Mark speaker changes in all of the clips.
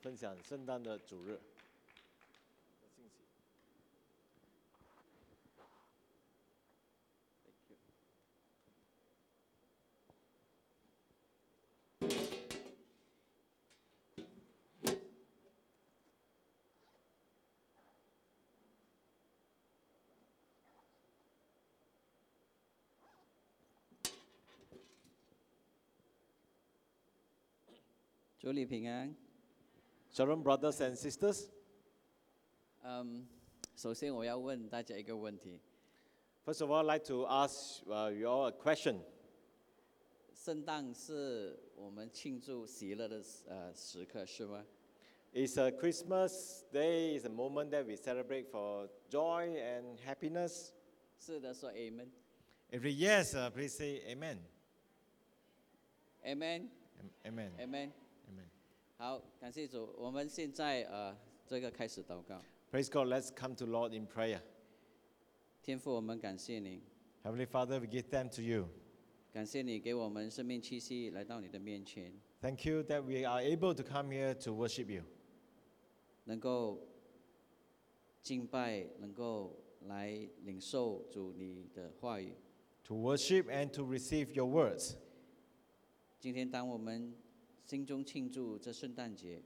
Speaker 1: 分享圣诞的主日。
Speaker 2: 主你平安。
Speaker 1: Shalom, brothers and sisters.
Speaker 2: 嗯，首先我要问大家一个问题：
Speaker 1: First of all, I'd like to ask uh, you all a question.
Speaker 2: 圣诞是我们庆祝喜乐的时呃时刻，是吗？
Speaker 1: It's a Christmas day. It's a moment that we celebrate for joy and happiness.
Speaker 2: 是的，说 Amen。
Speaker 1: Every yes, uh, please say Amen.
Speaker 2: Amen。
Speaker 1: Am- Amen.
Speaker 2: Amen。
Speaker 1: Amen.
Speaker 2: 好，感谢主。我们现在呃这个开始祷告。
Speaker 1: Praise God. Let's come to Lord in prayer.
Speaker 2: 天父，我们感谢你，
Speaker 1: Heavenly Father, we give them to you.
Speaker 2: 感谢你给我们生命气息来到你的面前，
Speaker 1: Thank you that we are able to come here to worship you,
Speaker 2: 能够敬拜，能够来领受主你的话语。
Speaker 1: to worship and to receive your words.
Speaker 2: 今天，当我们心中庆祝这圣诞节，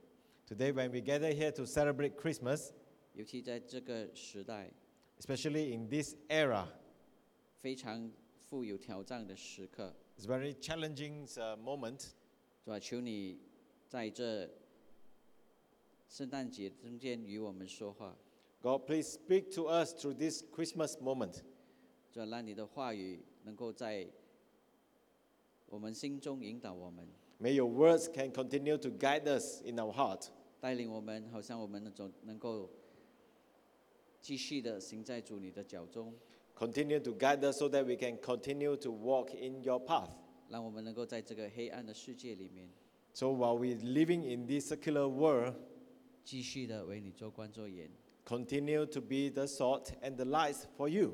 Speaker 1: Today, when we gather here to celebrate Christmas,
Speaker 2: 尤其在这个时代
Speaker 1: especially in this era,
Speaker 2: 非常富有挑战的时刻，
Speaker 1: it's very challenging uh, moment.
Speaker 2: 主啊，求你在这圣诞节中间与我们说话，
Speaker 1: God, please speak to us through this Christmas moment.
Speaker 2: 主啊，让你的话语能够在我们心中引导我们，
Speaker 1: May your words can continue to guide us in our heart,
Speaker 2: 带领我们，好像我们那种能够继续的行在主你的脚中，
Speaker 1: continue to guide us so that we can continue to walk in your path.
Speaker 2: 让我们能够在这个黑暗的世界里面，
Speaker 1: So while we're living in this secular world,
Speaker 2: 继续的为你做官做盐。
Speaker 1: continue to be the salt and the light for you.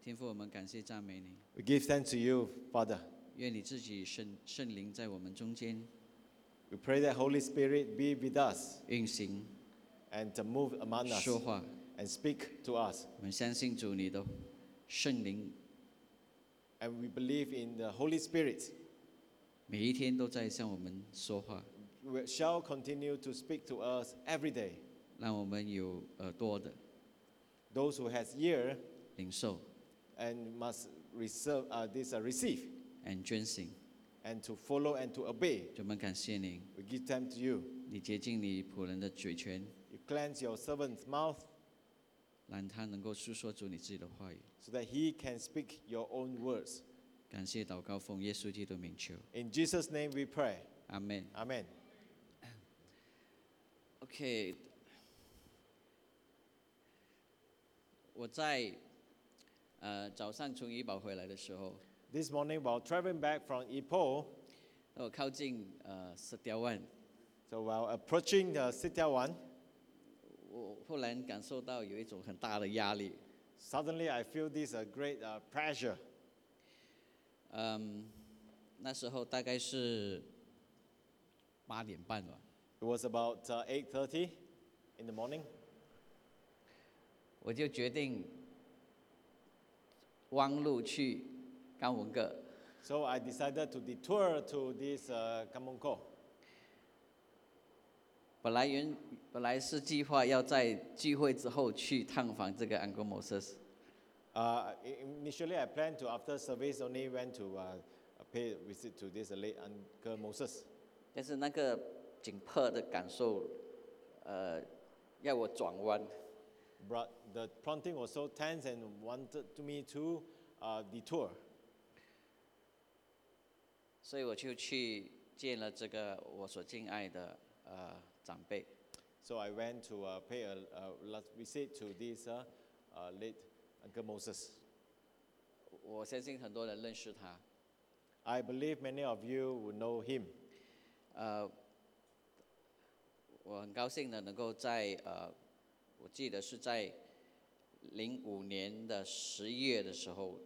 Speaker 2: 天父，我们感谢赞美你。
Speaker 1: We give thanks to you, Father.
Speaker 2: 愿你自己圣圣灵在我们中间
Speaker 1: We pray that Holy Spirit be with us
Speaker 2: 运行
Speaker 1: and to move among us
Speaker 2: 说话。
Speaker 1: and speak to us.
Speaker 2: 我们相信主你的圣灵，
Speaker 1: And we believe in the Holy Spirit.
Speaker 2: 每一天都在向我们说话，
Speaker 1: We shall continue to speak to us every day.
Speaker 2: 让我们有耳朵的
Speaker 1: Those who has ear
Speaker 2: 领受
Speaker 1: and must reserve, uh, this, uh, receive
Speaker 2: and 捐行。
Speaker 1: and to follow and to obey.
Speaker 2: 主我们感谢你，
Speaker 1: We give them to you.
Speaker 2: 你洁净你仆人的嘴唇，
Speaker 1: You cleanse your servant's mouth
Speaker 2: 让他能够诉说出你自己的话语。
Speaker 1: so that he can speak your own words.
Speaker 2: 感谢祷告，奉耶稣基督的名求，
Speaker 1: In Jesus' name we pray.
Speaker 2: 阿门。
Speaker 1: Amen.
Speaker 2: OK，我在呃早上从怡保回来的时候，
Speaker 1: This morning, while traveling back from Ipoh,
Speaker 2: 那我靠近呃石雕湾，
Speaker 1: so while approaching uh, the Sitiawan,
Speaker 2: 我忽然感受到有一种很大的压力。
Speaker 1: suddenly I feel this uh, great uh, pressure.
Speaker 2: 嗯，那时候大概是八点半吧，
Speaker 1: It was about uh, 8.30 in the morning.
Speaker 2: 我就决定弯路去甘文个。
Speaker 1: So I decided to detour to this uh, Kamonko.
Speaker 2: 本来原本来是计划要在聚会之后去探访这个安哥摩斯，
Speaker 1: Uh, i- initially, I planned to after service only went to uh, pay a visit to this uh, late Uncle Moses.
Speaker 2: 但是那个紧迫的感受，呃，要我转弯。
Speaker 1: But the prompting was so tense and wanted to me to uh, detour.
Speaker 2: 所以我就去见了这个我所敬爱的呃长辈。
Speaker 1: So I went to uh, pay a, a last visit to this uh, uh, late Uncle Moses.
Speaker 2: 我相信很多人认识他，
Speaker 1: I believe many of you will know him.
Speaker 2: 呃，我很高兴的能够在呃，我记得是在零五年的十一月的时候，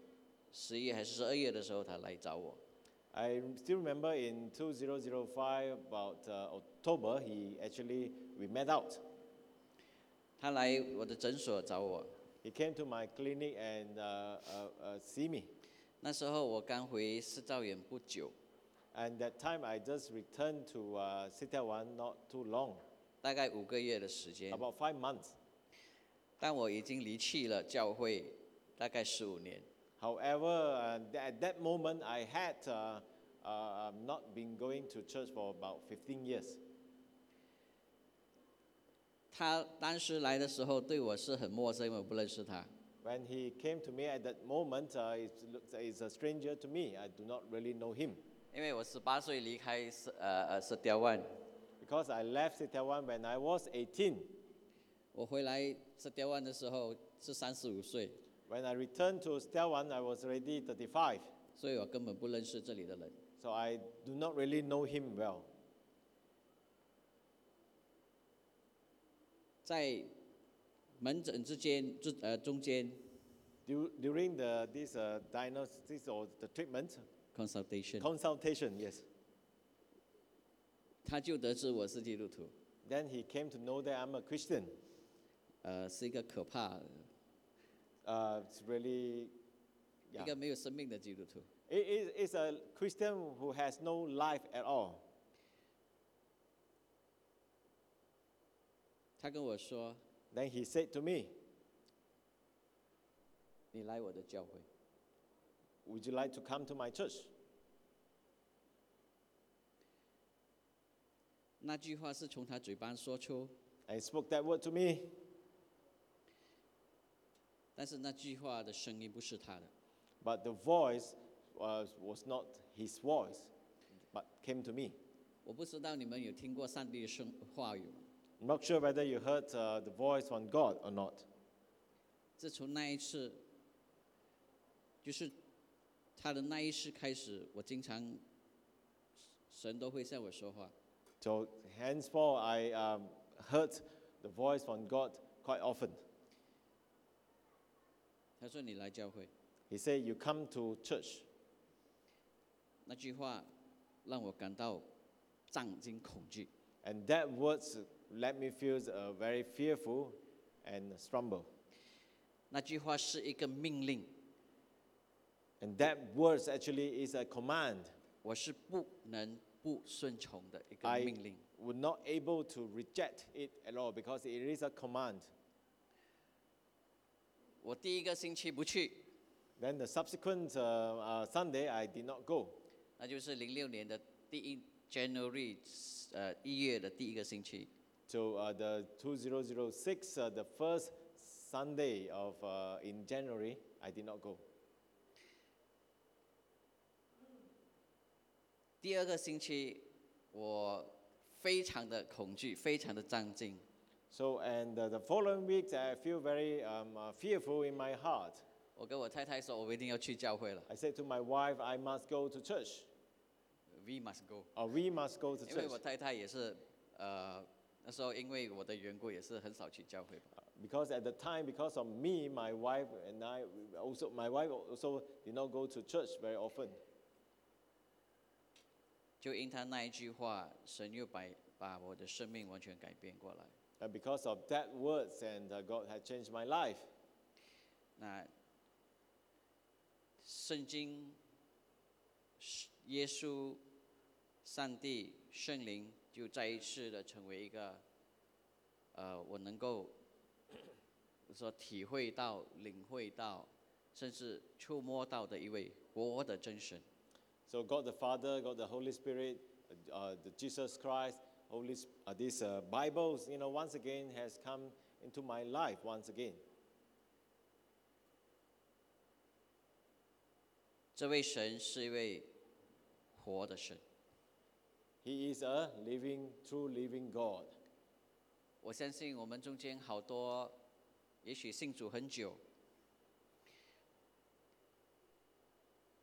Speaker 2: 十一还是十二月的时候，他来找我。
Speaker 1: I still remember in 2005, about uh, October, he actually, we met out.
Speaker 2: 他来我的诊所找我，
Speaker 1: He came to my clinic and uh, uh, uh, see me.
Speaker 2: 那时候我刚回四兆远不久，
Speaker 1: And that time I just returned to uh, One not too long,
Speaker 2: 大概五个月的时间，
Speaker 1: about five months.
Speaker 2: 但我已经离弃了教会大概十五年。
Speaker 1: However, uh, th- at that moment I had uh, uh, uh, not been going to church for about 15 years.
Speaker 2: 他当时来的时候对我是很陌生，因为我不认识他。
Speaker 1: When he came to me at that moment, uh, it looks he's a stranger to me. I do not really know him
Speaker 2: 因为我十八岁离开是呃呃是雕湾，
Speaker 1: because I left One when I was 18.
Speaker 2: 我回来是雕湾的时候是三十五岁，
Speaker 1: When I returned to One, I was already 35,
Speaker 2: 所以我根本不认识这里的人。
Speaker 1: so I do not really know him well.
Speaker 2: 在门诊之间之呃中间
Speaker 1: Du- during the, this uh, diagnosis or the treatment,
Speaker 2: consultation，
Speaker 1: consultation, yes,
Speaker 2: 他就得知我是基督徒，
Speaker 1: then he came to know that I'm a Christian.
Speaker 2: 呃，是一个可怕、
Speaker 1: Uh, it's really, yeah.
Speaker 2: 一个没有生命的基督徒。
Speaker 1: It is it's a Christian who has no life at all.
Speaker 2: 他跟我说
Speaker 1: Then he said to me,：“
Speaker 2: 你来我的教会。
Speaker 1: Would you like to come to my church? ”
Speaker 2: 那句话是从他嘴巴说出，
Speaker 1: And he spoke that word to me,
Speaker 2: 但是那句话的声音不是他的。
Speaker 1: but the voice was, was not his voice, but came to me.
Speaker 2: 我不知道你们有听过上帝的声话语吗？
Speaker 1: I'm not sure whether you heard uh, the voice from God or not.
Speaker 2: 自从那一次，就是他的那一世开始，我经常神都会向我说话。
Speaker 1: So henceforth, I um, heard the voice from God quite often.
Speaker 2: 他说：“你来教会。
Speaker 1: He said, You come to church. ”
Speaker 2: 那句话让我感到震惊恐惧。
Speaker 1: And that words let me feel uh, very fearful and stumble.
Speaker 2: 那句话是一个命令，
Speaker 1: And that words actually is a command.
Speaker 2: 我是不能不顺从的一个
Speaker 1: I
Speaker 2: 命令。
Speaker 1: would not able to reject it at all because it is a command.
Speaker 2: 我第一个星期不去，
Speaker 1: Then the subsequent uh, uh, Sunday, I did not go.
Speaker 2: 那就是零六年的第一 January，呃一月的第一个星期，
Speaker 1: So uh, the 2006, uh, the first Sunday of uh, in January, I did not go.
Speaker 2: 第二个星期我非常的恐惧，非常的震惊。
Speaker 1: So and uh, the following weeks, I feel very um, uh, fearful in my heart.
Speaker 2: 我跟我太太说，我一定要去教会了
Speaker 1: I said to my wife, I must go to church,
Speaker 2: ，We must go。
Speaker 1: or we must go to
Speaker 2: 因为我
Speaker 1: church,
Speaker 2: 太太也是，呃，那时候因为我的缘故，也是很少去教会。
Speaker 1: because at the time, because of me, my wife and I we also, my wife also did not go to church very often.
Speaker 2: 就因他那一句话，神又把把我的生命完全改变过来。
Speaker 1: And because of that words, and uh, God had changed my life.
Speaker 2: 那圣经、是耶稣、上帝、圣灵就再一次的成为一个，呃，我能够说体会到、领会到，甚至触摸到的一位活的真神。
Speaker 1: So God the Father, God the Holy Spirit, uh, uh, the Jesus Christ, Holy, S- uh, these uh, Bibles, you know, once again has come into my life once again.
Speaker 2: 这位神是一位活的神。
Speaker 1: He is a living, true living God.
Speaker 2: 我相信我们中间好多，也许信主很久，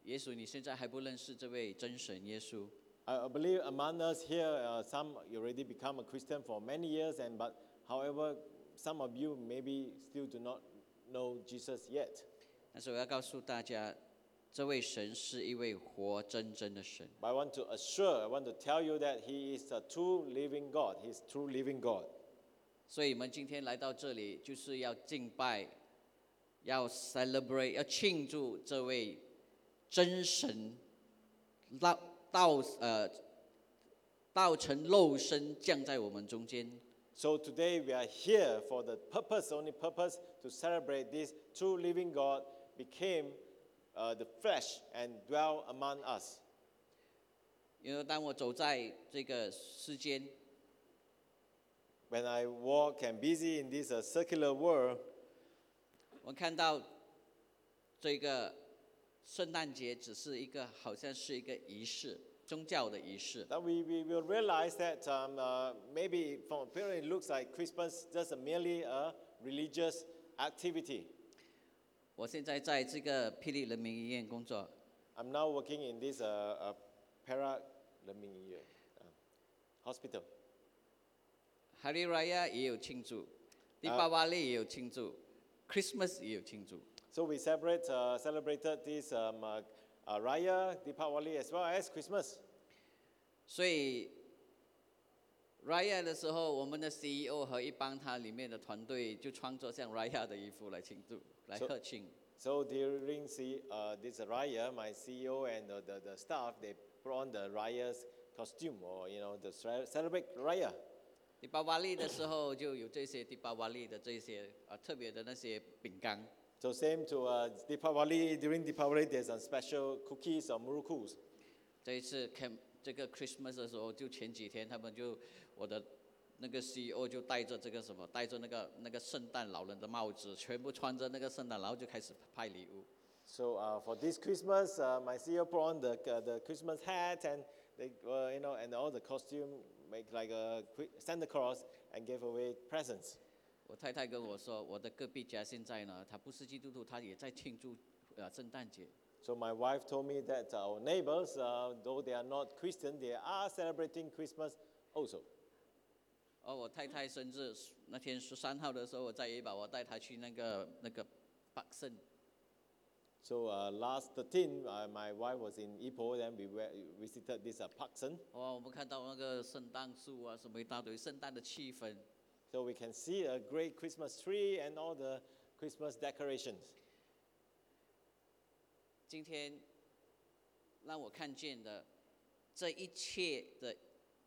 Speaker 2: 也许你现在还不认识这位真神耶稣，
Speaker 1: I I believe among us here, uh, some already become a Christian for many years, and but however, some of you maybe still do not know Jesus yet.
Speaker 2: 但是我要告诉大家，这位神是一位活真真的神，
Speaker 1: But I want to assure, I want to tell you that He is a true living God. He's true living God.
Speaker 2: 所以我们今天来到这里就是要敬拜，要 celebrate，要庆祝这位真神道道呃道成肉身降在我们中间，
Speaker 1: So today we are here for the purpose, only purpose, to celebrate this true living God became uh, the flesh and dwell among us.
Speaker 2: 因为当我走在这个世间，
Speaker 1: When I walk and busy in this uh, circular world,
Speaker 2: 我看到这个圣诞节只是一个好像是一个仪式，宗教的仪式。
Speaker 1: that we, we will realize that um, uh, maybe from appearance it looks like Christmas just a merely a religious activity.
Speaker 2: 我现在在这个霹雳人民医院工作，
Speaker 1: I'm now working in this uh, uh, para Leming, uh, hospital.
Speaker 2: 哈利拉亚也有庆祝，迪巴瓦利也有庆祝，Christmas 也有庆祝。
Speaker 1: So we celebrate, uh, celebrated this um, uh, uh, Raya, Deepavali, as well as Christmas.
Speaker 2: 所以 Raya 的时候，我们的 CEO 和一帮他里面的团队就穿着像 Raya 的衣服来庆祝，来
Speaker 1: So-
Speaker 2: 贺庆。
Speaker 1: So during C, uh, this Raya, my CEO and the, the, the staff, they put on the Raya's costume or, you know, the ce- celebrate Raya.
Speaker 2: 迪巴瓦利的时候就有这些迪巴瓦利的这些啊特别的那些饼干。
Speaker 1: So same to uh, Deepavali, during Deepavali, there's some special cookies or murukus.
Speaker 2: 这一次看这个 Christmas 的时候，就前几天他们就我的那个 CEO 就戴着这个什么，戴着那个那个圣诞老人的帽子，全部穿着那个圣诞，然后就开始派礼物。
Speaker 1: So uh, for this Christmas, uh, my CEO put on the, uh, the Christmas hat and they, uh, you know, and all the costume, make like a qui- Santa Claus and gave away presents.
Speaker 2: 我太太跟我说，我的隔壁家现在呢，他不是基督徒，他也在庆祝呃圣诞节。
Speaker 1: So my wife told me that our neighbors, uh, though they are not Christian, they are celebrating Christmas also.
Speaker 2: 哦，我太太生日那天十三号的时候，我在怡保，我带她去那个那个巴圣
Speaker 1: So uh, last 13, uh, my wife was in Ipoh, then we were, visited this uh, Parkson.
Speaker 2: 哇，我们看到那个圣诞树啊，什么一大堆圣诞的气氛。
Speaker 1: So we can see a great Christmas tree and all the Christmas decorations.
Speaker 2: 今天让我看见的这一切的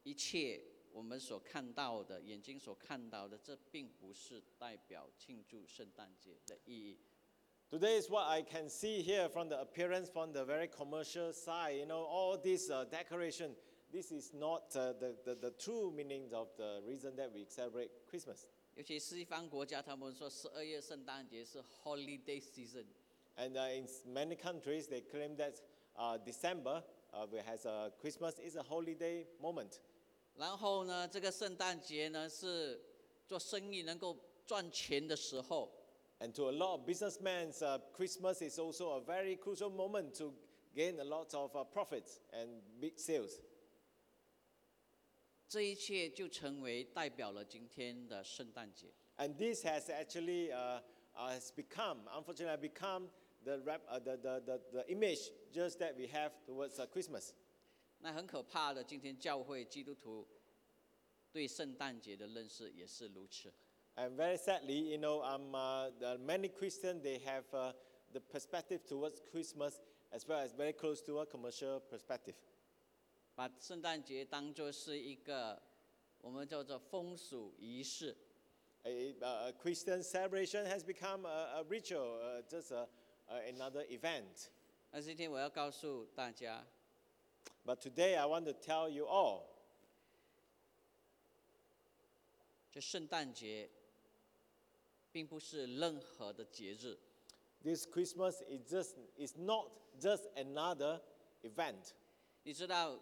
Speaker 2: 一切，我们所看到的，眼睛所看到的，这并不是代表庆祝圣诞节的意义。
Speaker 1: Today is what I can see here from the appearance from the very commercial side. You know, all this uh, decoration, this is not uh, the, the, the true meaning of the reason that we celebrate Christmas.
Speaker 2: 尤其西方国家，他们说十二月圣诞节是 holiday season，
Speaker 1: And uh, in s- many countries, they claim that uh, December uh, we has uh, Christmas is a holiday moment.
Speaker 2: 然后呢，这个圣诞节呢是做生意能够赚钱的时候，
Speaker 1: And to a lot of businessmen, uh, Christmas is also a very crucial moment to gain a lot of uh, profits and big sales.
Speaker 2: 这一切就成为代表了今天的圣诞节。
Speaker 1: And this has actually uh, uh, has become, unfortunately, become the, rep, uh, the, the, the, the image just that we have towards uh, Christmas.
Speaker 2: 那很可怕的，今天教会基督徒对圣诞节的认识也是如此。
Speaker 1: And very sadly, you know, um, uh, the many Christians they have uh, the perspective towards Christmas as well as very close to a commercial perspective.
Speaker 2: 把圣诞节当作是一个我们叫做风俗仪式，
Speaker 1: A, a a Christian celebration has become a, a ritual, uh, just a, a, another event.
Speaker 2: 但是今天我要告诉大家，
Speaker 1: But today, I want to tell you all
Speaker 2: 这圣诞节并不是任何的节日，
Speaker 1: this Christmas is just is not just another event.
Speaker 2: 你知道。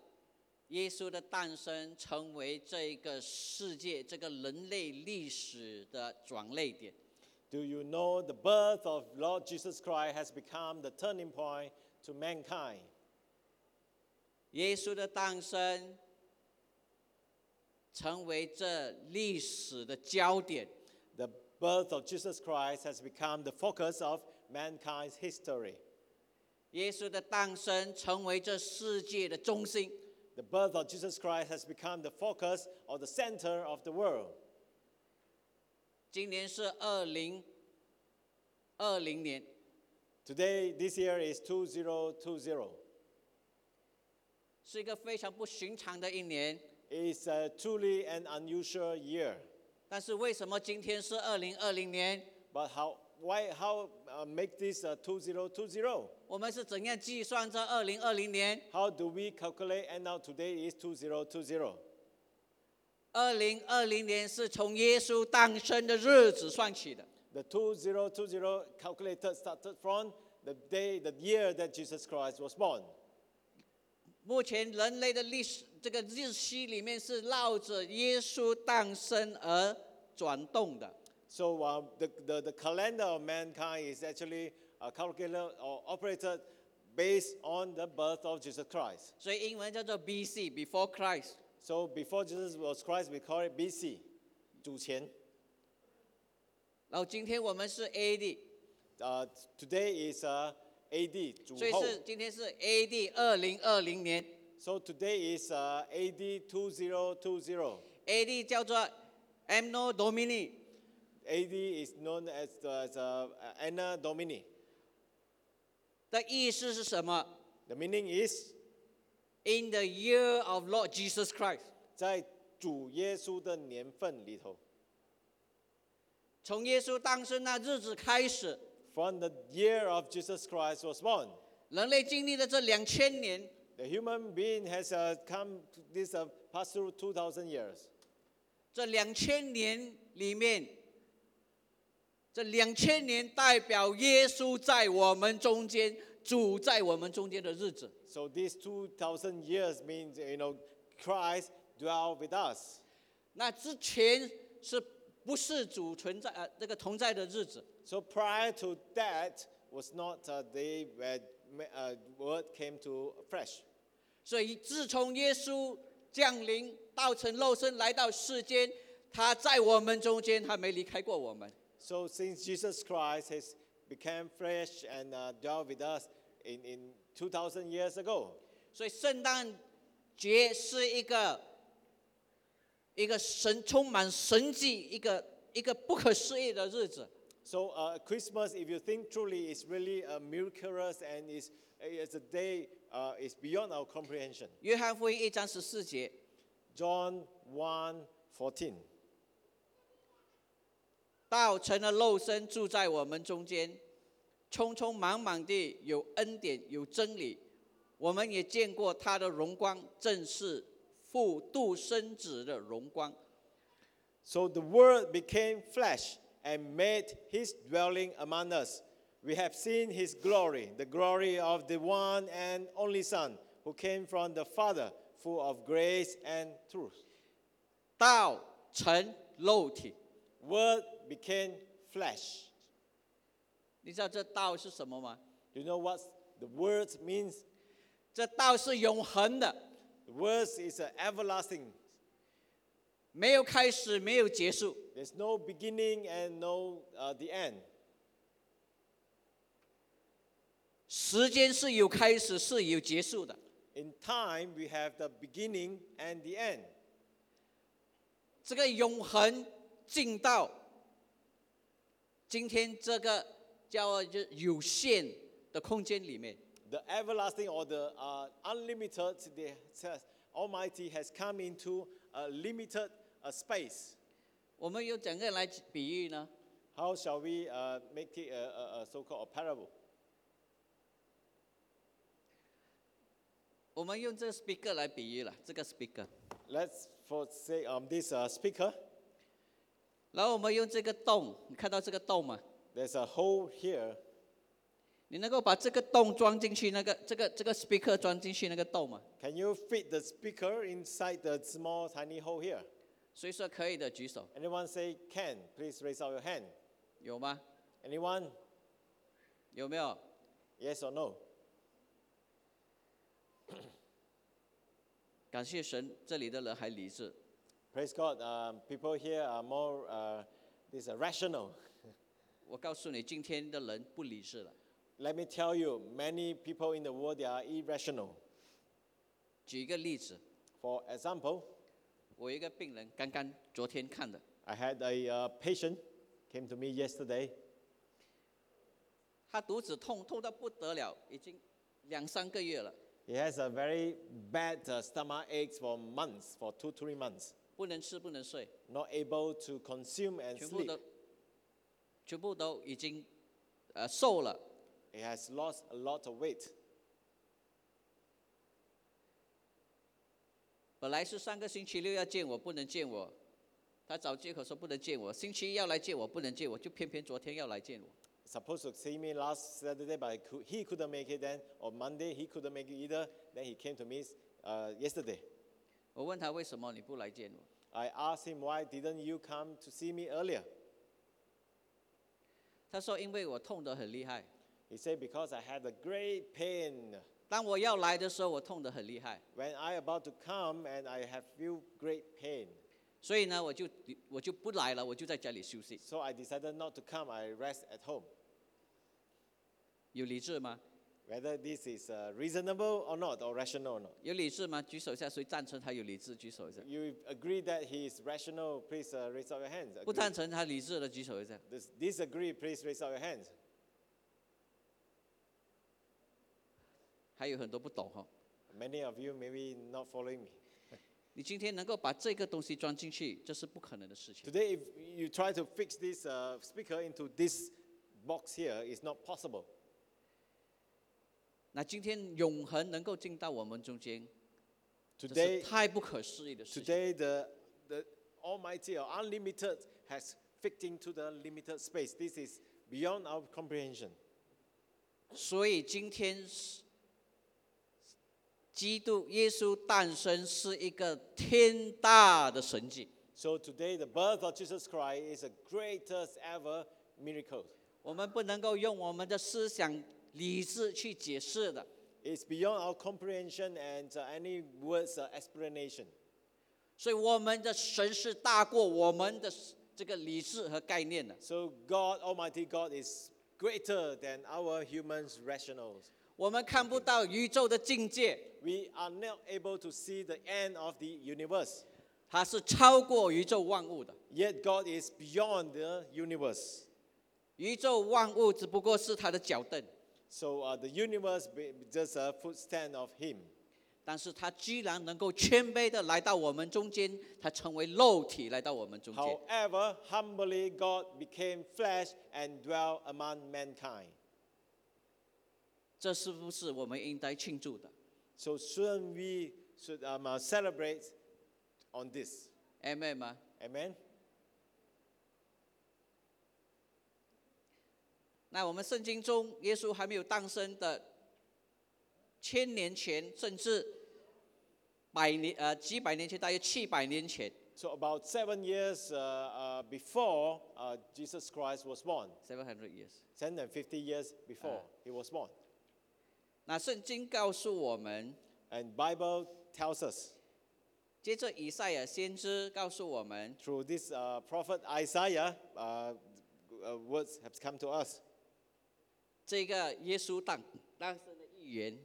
Speaker 2: 耶稣的诞生成为这个世界、这个人类历史的转捩点。
Speaker 1: Do you know the birth of Lord Jesus Christ has become the turning point to mankind?
Speaker 2: 耶稣的诞生成为这历史的焦点，
Speaker 1: The birth of Jesus Christ has become the focus of mankind's history.
Speaker 2: 耶稣的诞生成为这世界的中心。
Speaker 1: The birth of Jesus Christ has become the focus or the center of the world.
Speaker 2: 今年是二零二零年，
Speaker 1: Today, this year is 2020.
Speaker 2: 是一个非常不寻常的一年。
Speaker 1: It's uh, truly an unusual year.
Speaker 2: 但是为什么今天是二零二零年？
Speaker 1: But how, why, how uh, make this uh, 2020?
Speaker 2: 我们是怎样计算这二零二零年？
Speaker 1: How do we calculate and now today is 2020?
Speaker 2: 二零二零年是从耶稣诞生的日子算起的。
Speaker 1: The 2020 calculated started from the day, the year that Jesus Christ was born.
Speaker 2: 目前人类的历史这个日期里面是绕着耶稣诞生而转动的。
Speaker 1: So uh, the, the, the calendar of mankind is actually uh, calculated or operated based on the birth of Jesus Christ.
Speaker 2: 所以英文叫做 B.C.（Before Christ）。
Speaker 1: So before Jesus was Christ, we call it BC, 主前.
Speaker 2: 然后今天我们是 A.D.，
Speaker 1: Uh, today is uh, AD,
Speaker 2: 所以是
Speaker 1: 主后.
Speaker 2: 今天是 A.D. 二零二零年
Speaker 1: So today is uh, AD 2020.
Speaker 2: ，A.D. 叫做 Anno Domini，
Speaker 1: AD is known as, the, as uh, Anna Domini.
Speaker 2: 的意思是什么
Speaker 1: The meaning is
Speaker 2: ？In the year of Lord Jesus Christ，
Speaker 1: 在主耶稣的年份里头
Speaker 2: 从耶稣诞生那日子开始，
Speaker 1: ，from the year of Jesus Christ was born.
Speaker 2: 人类经历了这两千年，
Speaker 1: The human being has uh, come to this uh, passed through 2,000 years.
Speaker 2: 这两千年里面，这两千年代表耶稣在我们中间，主在我们中间的日子。
Speaker 1: So these 2,000 years means you know Christ dwell with us.
Speaker 2: 那之前是不是主存在呃这个同在的日子？
Speaker 1: So prior to that was not a day where ma- uh, word came to fresh.
Speaker 2: 所以自从耶稣降临、道成肉身来到世间，他在我们中间，他没离开过我们。
Speaker 1: So since Jesus Christ has become fresh and uh, dwell with us in, in 2,000 years ago.
Speaker 2: 所以圣诞节是一个一个神充满神迹、一个一个不可思议的日子。
Speaker 1: So uh, Christmas, if you think truly, is really uh, miraculous and is it's a day uh, is beyond our comprehension.
Speaker 2: 约翰福音一章十四节，
Speaker 1: John 1, 14.
Speaker 2: 道成了肉身，住在我们中间，匆匆忙忙地有恩典，有真理。我们也见过他的荣光，正是父独生子的荣光。
Speaker 1: So the Word became flesh and made his dwelling among us. We have seen his glory, the glory of the one and only Son, who came from the Father, full of grace and truth.
Speaker 2: 道成肉体，
Speaker 1: Word became flesh.
Speaker 2: 你知道这道是什么吗？
Speaker 1: Do you know what the Word means?
Speaker 2: 这道是永恒的，
Speaker 1: The Word is uh, everlasting.
Speaker 2: 没有开始，没有结束。
Speaker 1: There's no beginning and no uh, the end.
Speaker 2: 时间是有开始，是有结束的。
Speaker 1: In time, we have the beginning and the end.
Speaker 2: 这个永恒进到今天这个叫就有限的空间里面，
Speaker 1: The everlasting or the uh, unlimited, the says Almighty has come into a limited uh, space.
Speaker 2: 我们用怎样来比喻呢？
Speaker 1: How shall we uh, make it a, a, a so-called a parable?
Speaker 2: 我们用这个 speaker 来比喻了，这个 speaker，
Speaker 1: Let's for say um, this uh, speaker.
Speaker 2: 然后我们用这个洞，你看到这个洞吗？
Speaker 1: There's a hole here.
Speaker 2: 你能够把这个洞装进去，那个这个这个 speaker 装进去那个洞吗？
Speaker 1: Can you fit the speaker inside the small tiny hole here?
Speaker 2: 谁说可以的举手，
Speaker 1: Anyone say can? Please raise out your hand.
Speaker 2: 有吗？
Speaker 1: Anyone?
Speaker 2: 有没有？
Speaker 1: Yes or no?
Speaker 2: 感谢神，这里的人还理智。
Speaker 1: Praise God. Um, people here are uh, more uh, this are rational.
Speaker 2: 我告诉你，今天的人不理智了。
Speaker 1: Let me tell you, many people in the world they are irrational.
Speaker 2: 举一个例子，
Speaker 1: For example,
Speaker 2: 我有一个病人，刚刚昨天看的，
Speaker 1: I had a uh, patient came to me yesterday.
Speaker 2: 他肚子痛，痛到不得了，已经两三个月了，
Speaker 1: He has a very bad uh, stomach aches for months, for two, three months.
Speaker 2: 不能吃，不能睡，
Speaker 1: Not able to consume and
Speaker 2: 全部
Speaker 1: sleep.
Speaker 2: 都，全部都已经，呃，瘦了。
Speaker 1: He has lost a lot of weight.
Speaker 2: 本来是上个星期六要见我，不能见我，他找借口说不能见我。星期一要来见我，不能见我，就偏偏昨天要来见我。
Speaker 1: Supposed to see me last Saturday, but he cou- he couldn't make it then. Or Monday, he couldn't make it either. Then he came to me uh, yesterday.
Speaker 2: 我问他为什么你不来见我？
Speaker 1: I asked him, Why didn't you come to see me earlier?
Speaker 2: 他说因为我痛得很厉害。
Speaker 1: He said, Because I had a great pain.
Speaker 2: 当我要来的时候，我痛得很厉害，
Speaker 1: When I about to come and I have feel great pain.
Speaker 2: 所以呢，我就我就不来了，我就在家里休息。
Speaker 1: So I decided not to come. I rest at home.
Speaker 2: 有理智吗？
Speaker 1: Whether this is uh, reasonable or not, or rational or not.
Speaker 2: 有理智吗？举手一下，谁赞成他有理智？举手一下。
Speaker 1: You agree that he is rational, please uh, raise up your hands.
Speaker 2: 不
Speaker 1: Agree.
Speaker 2: 赞成他理智的举手一下。
Speaker 1: Dis- disagree, please raise up your hands.
Speaker 2: 还有很多不懂哈、哦。
Speaker 1: Many of you maybe not following me.
Speaker 2: 你今天能够把这个东西装进去，这是不可能的事情。
Speaker 1: Today, if you try to fix this uh, speaker into this box here, it's not possible.
Speaker 2: 那今天永恒能够进到我们中间，这是
Speaker 1: Today,
Speaker 2: 太不可思议的事情。
Speaker 1: today the, the Almighty or Unlimited has fitted into the limited space. This is beyond our comprehension.
Speaker 2: 所以今天是基督耶稣诞生是一个天大的神迹。
Speaker 1: So today, the birth of Jesus Christ is the greatest ever miracle.
Speaker 2: 我们不能够用我们的思想、理智去解释的。
Speaker 1: It's beyond our comprehension and uh, any words uh, explanation.
Speaker 2: 所以我们的神是大过我们的这个理智和概念的。
Speaker 1: So God, Almighty God, is greater than our humans' rationals.
Speaker 2: 我们看不到宇宙的境界，
Speaker 1: We are not able to see the end of the universe.
Speaker 2: 它是超过宇宙万物的。
Speaker 1: Yet God is beyond the universe.
Speaker 2: 宇宙万物只不过是他的脚凳，
Speaker 1: So uh, the universe be just a footstand of Him.
Speaker 2: 但是他居然能够谦卑的来到我们中间，他成为肉体来到我们中间。
Speaker 1: However, humbly God became flesh and dwelt among mankind.
Speaker 2: 这是不是我们应该庆祝的
Speaker 1: So shouldn't we should um, uh, celebrate on this?
Speaker 2: ？Amen 吗？
Speaker 1: Amen.
Speaker 2: 那我们圣经中耶稣还没有诞生的千年前，甚至百年呃几百年前，大约七百年前，
Speaker 1: So about seven years uh, uh, before uh, Jesus Christ was born,
Speaker 2: seven hundred years。
Speaker 1: 750 years before he was born.
Speaker 2: 那圣经告诉我们，
Speaker 1: And Bible tells us
Speaker 2: 接着以赛亚先知告诉我们，
Speaker 1: through this uh, prophet Isaiah, uh, uh, words have come to us.
Speaker 2: 这个耶稣诞诞生的预言，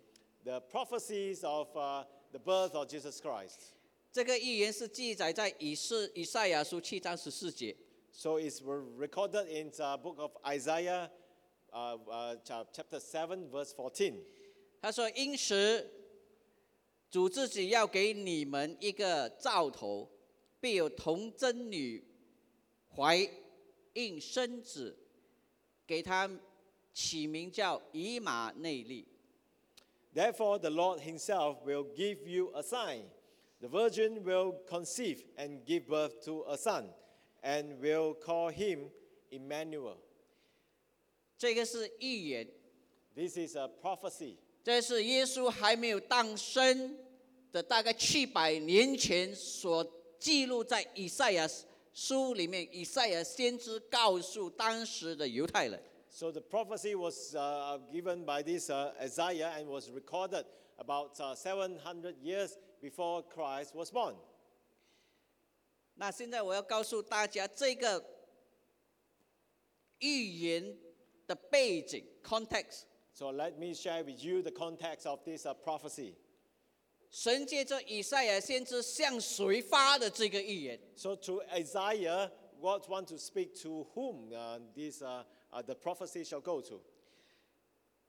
Speaker 1: The prophecies of uh, the birth of Jesus Christ.
Speaker 2: 这个预言是记载在以是以赛亚书七章十四节。
Speaker 1: So it's re- recorded in the book of Isaiah, uh, uh, cha- chapter 7, verse 14.
Speaker 2: 他说：“因此，主自己要给你们一个兆头，必有童贞女怀孕生子，给他起名叫以马内利。
Speaker 1: Therefore, the Lord Himself will give you a sign. The virgin will conceive and give birth to a son, and will call him Emmanuel. ”
Speaker 2: 这个是预言，
Speaker 1: This is a prophecy.
Speaker 2: 这是耶稣还没有诞生的大概七百年前所记录在以赛亚书里面，以赛亚先知告诉当时的犹太人。
Speaker 1: So the prophecy was uh, given by this uh, Isaiah and was recorded about uh, 700 years before Christ was born.
Speaker 2: 那现在我要告诉大家这个预言的背景 （context）
Speaker 1: So let me share with you the context of this uh, prophecy.
Speaker 2: 神借着以赛亚先知向谁发的这个预言？
Speaker 1: So to Isaiah, God want to speak to whom uh, this uh, uh, the prophecy shall go to.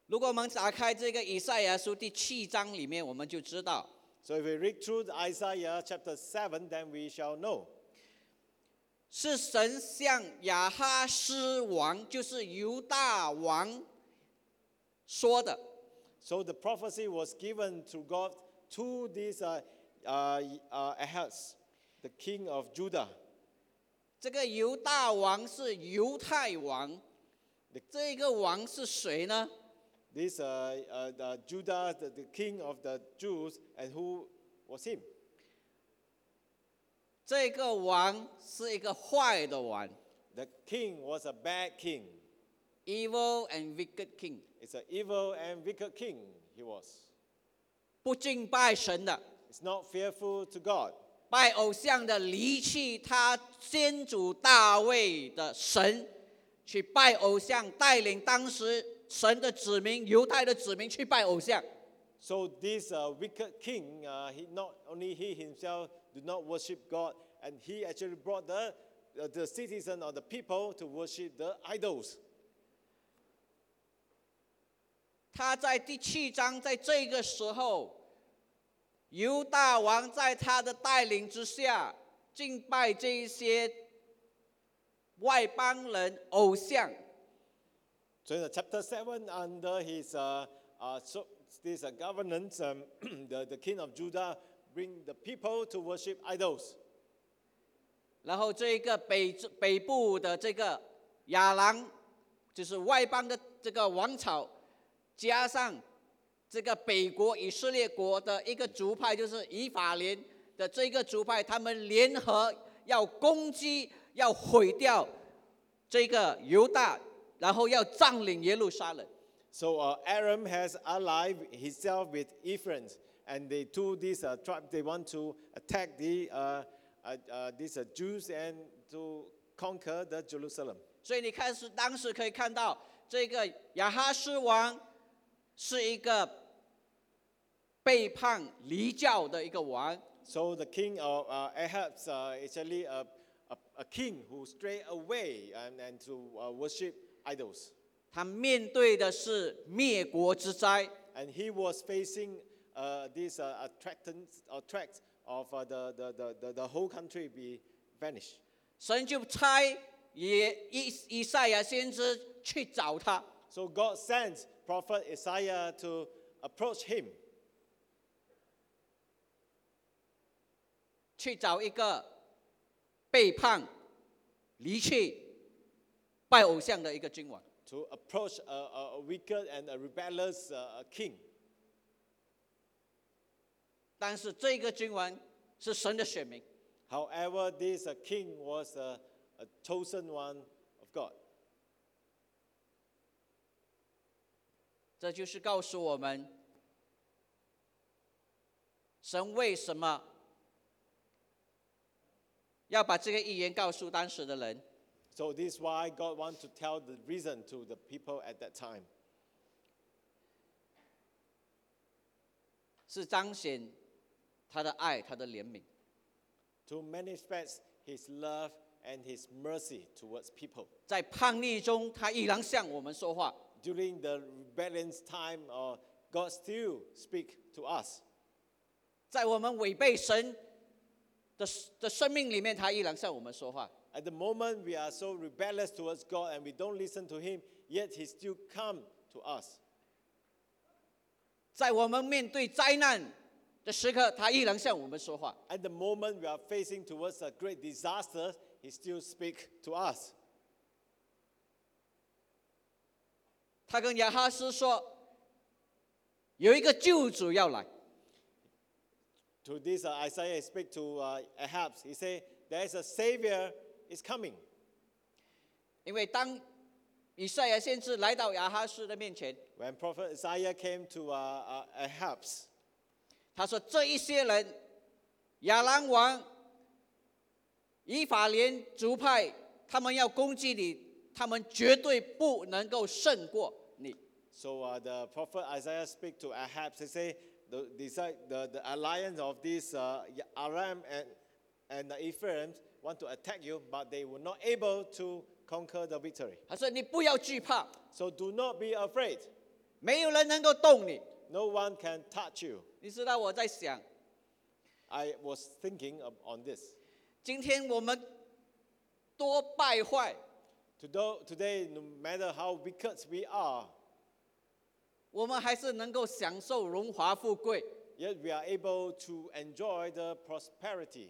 Speaker 2: 如果我们打开这个以赛亚书第七章里面，我们就知道
Speaker 1: So if we read through the Isaiah chapter 7, then we shall know.
Speaker 2: 是神向亚哈斯王，就是犹大王说的。
Speaker 1: So the prophecy was given to God to this uh, uh, uh, Ahaz, the king of Judah.
Speaker 2: 这个犹大王是犹太王，这个王是谁呢？
Speaker 1: This uh, uh, the Judah, the, the king of the Jews, and who was him?
Speaker 2: 这个王是一个坏的王
Speaker 1: The king was a bad king.
Speaker 2: ，evil and wicked king，
Speaker 1: It's an evil and wicked king he was.
Speaker 2: 不敬拜神的，
Speaker 1: It's not fearful to God.
Speaker 2: 拜偶像的，离弃他先祖大卫的神，去拜偶像，带领当时神的子民、犹太的子民去拜偶像。
Speaker 1: So this uh, wicked king, uh, he not only he himself did not worship God, and he actually brought the uh, the citizen or the people to worship the idols.
Speaker 2: 他在第七章，在这个时候，犹大王在他的带领之下，敬拜这一些外邦人偶像。
Speaker 1: So in the chapter seven, under his uh, uh, so this uh, governance, um, the, the king of Judah bring the people to worship idols.
Speaker 2: 然后这一个北北部的这个亚郎，就是外邦的这个王朝，加上这个北国以色列国的一个族派，就是以法莲的这个族派，他们联合要攻击、要毁掉这个犹大，然后要占领耶路撒冷。
Speaker 1: So uh, Aram has allied himself with Ephraim, and they two these uh, tribe they want to attack the uh, uh, uh, these uh, Jews and to conquer the Jerusalem.
Speaker 2: 所以你看是当时可以看到，这个亚哈斯王是一个背叛离教的一个王。
Speaker 1: So the king of uh, Ahaz uh, actually a, a, a king who strayed away and, and to uh, worship idols,
Speaker 2: 他面对的是灭国之灾，
Speaker 1: and he was facing uh, this uh, uh, threatens- uh, threat of uh, the, the, the, the, the whole country be vanished.
Speaker 2: 神就差也以以赛亚先知去找他。
Speaker 1: So God sends prophet Isaiah to approach him
Speaker 2: 去找一个背叛、离弃、拜偶像的一个君王。
Speaker 1: to approach a, a, a wicked and a rebellious uh, a king.
Speaker 2: 但是这个君王是神的选民，
Speaker 1: However, this uh, king was a, a chosen one of God.
Speaker 2: 这就是告诉我们，神为什么要把这个预言告诉当时的人。
Speaker 1: So this is why God wants to tell the reason to the people at that time.
Speaker 2: 是彰显他的爱、他的怜悯。
Speaker 1: To manifest his love and his mercy towards people.
Speaker 2: 在叛逆中，他依然向我们说话。
Speaker 1: During the rebellious time, uh, God still speak to us.
Speaker 2: 在我们违背神的的生命里面，他依然向我们说话。
Speaker 1: At the moment, we are so rebellious towards God and we don't listen to Him, yet He still come to us.
Speaker 2: 在我们面对灾难的时刻，他依然向我们说话。
Speaker 1: At the moment, we are facing towards a great disaster, He still speak to us.
Speaker 2: 他跟亚哈斯说，有一个救主要来，
Speaker 1: To this, uh, Isaiah speak to uh, Ahab. He say, "There is a Savior is coming."
Speaker 2: 因为当以赛亚先知来到亚哈斯的面前，
Speaker 1: When Prophet Isaiah came to uh, uh, Ahab,
Speaker 2: 他说：“这一些人，亚兰王、以法莲族派，他们要攻击你，他们绝对不能够胜过你。
Speaker 1: So uh, the prophet Isaiah speak to Ahab. He say the, decide, the, the alliance of these uh, Aram and, and the Ephraim want to attack you, but they were not able to conquer the victory.
Speaker 2: 他说：“你不要惧怕，
Speaker 1: So do not be afraid.
Speaker 2: 没有人能够动你。
Speaker 1: No one can touch you. ”
Speaker 2: 你知道我在想，
Speaker 1: I was thinking of, on this.
Speaker 2: 今天我们多败坏，
Speaker 1: Today, today, no matter how wicked we are,
Speaker 2: 我们还是能够享受荣华富贵。
Speaker 1: yet we are able to enjoy the prosperity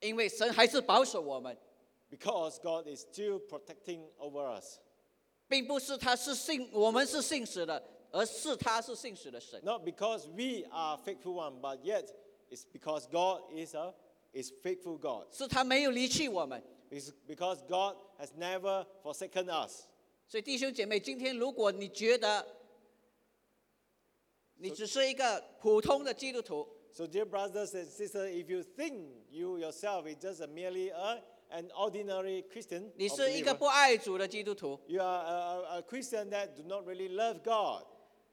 Speaker 2: 因为神还是保守我们，
Speaker 1: because God is still protecting over us.
Speaker 2: 并不是他是信我们是信使的，而是他是信使的神。
Speaker 1: Not because we are faithful one, but yet it's because God is a is faithful God.
Speaker 2: 是他没有离弃我们。
Speaker 1: It's because God has never forsaken us.
Speaker 2: 所以弟兄姐妹，今天如果你觉得你只是一个普通的基督徒，
Speaker 1: So, dear brothers and sisters, if you think you yourself is just a merely a, an ordinary Christian, or
Speaker 2: 你是一个
Speaker 1: believer,
Speaker 2: 不爱主的基督徒，
Speaker 1: you are a, a- a Christian that do not really love God,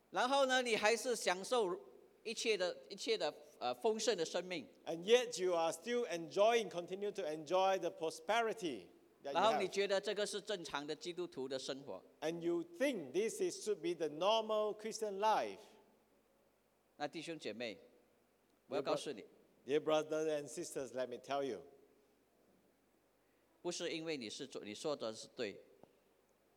Speaker 2: 然后呢，你还是享受一切的一切的呃丰盛的生命，
Speaker 1: and yet you are still enjoying, continue to enjoy the prosperity that
Speaker 2: 然后
Speaker 1: you
Speaker 2: 你
Speaker 1: have,
Speaker 2: 觉得这个是正常的基督徒的生活，
Speaker 1: and you think this is, should be the normal Christian life,
Speaker 2: 那弟兄姐妹，我要告诉你，
Speaker 1: dear brothers and sisters, let me tell you,
Speaker 2: 不是因为你是做你说的是对，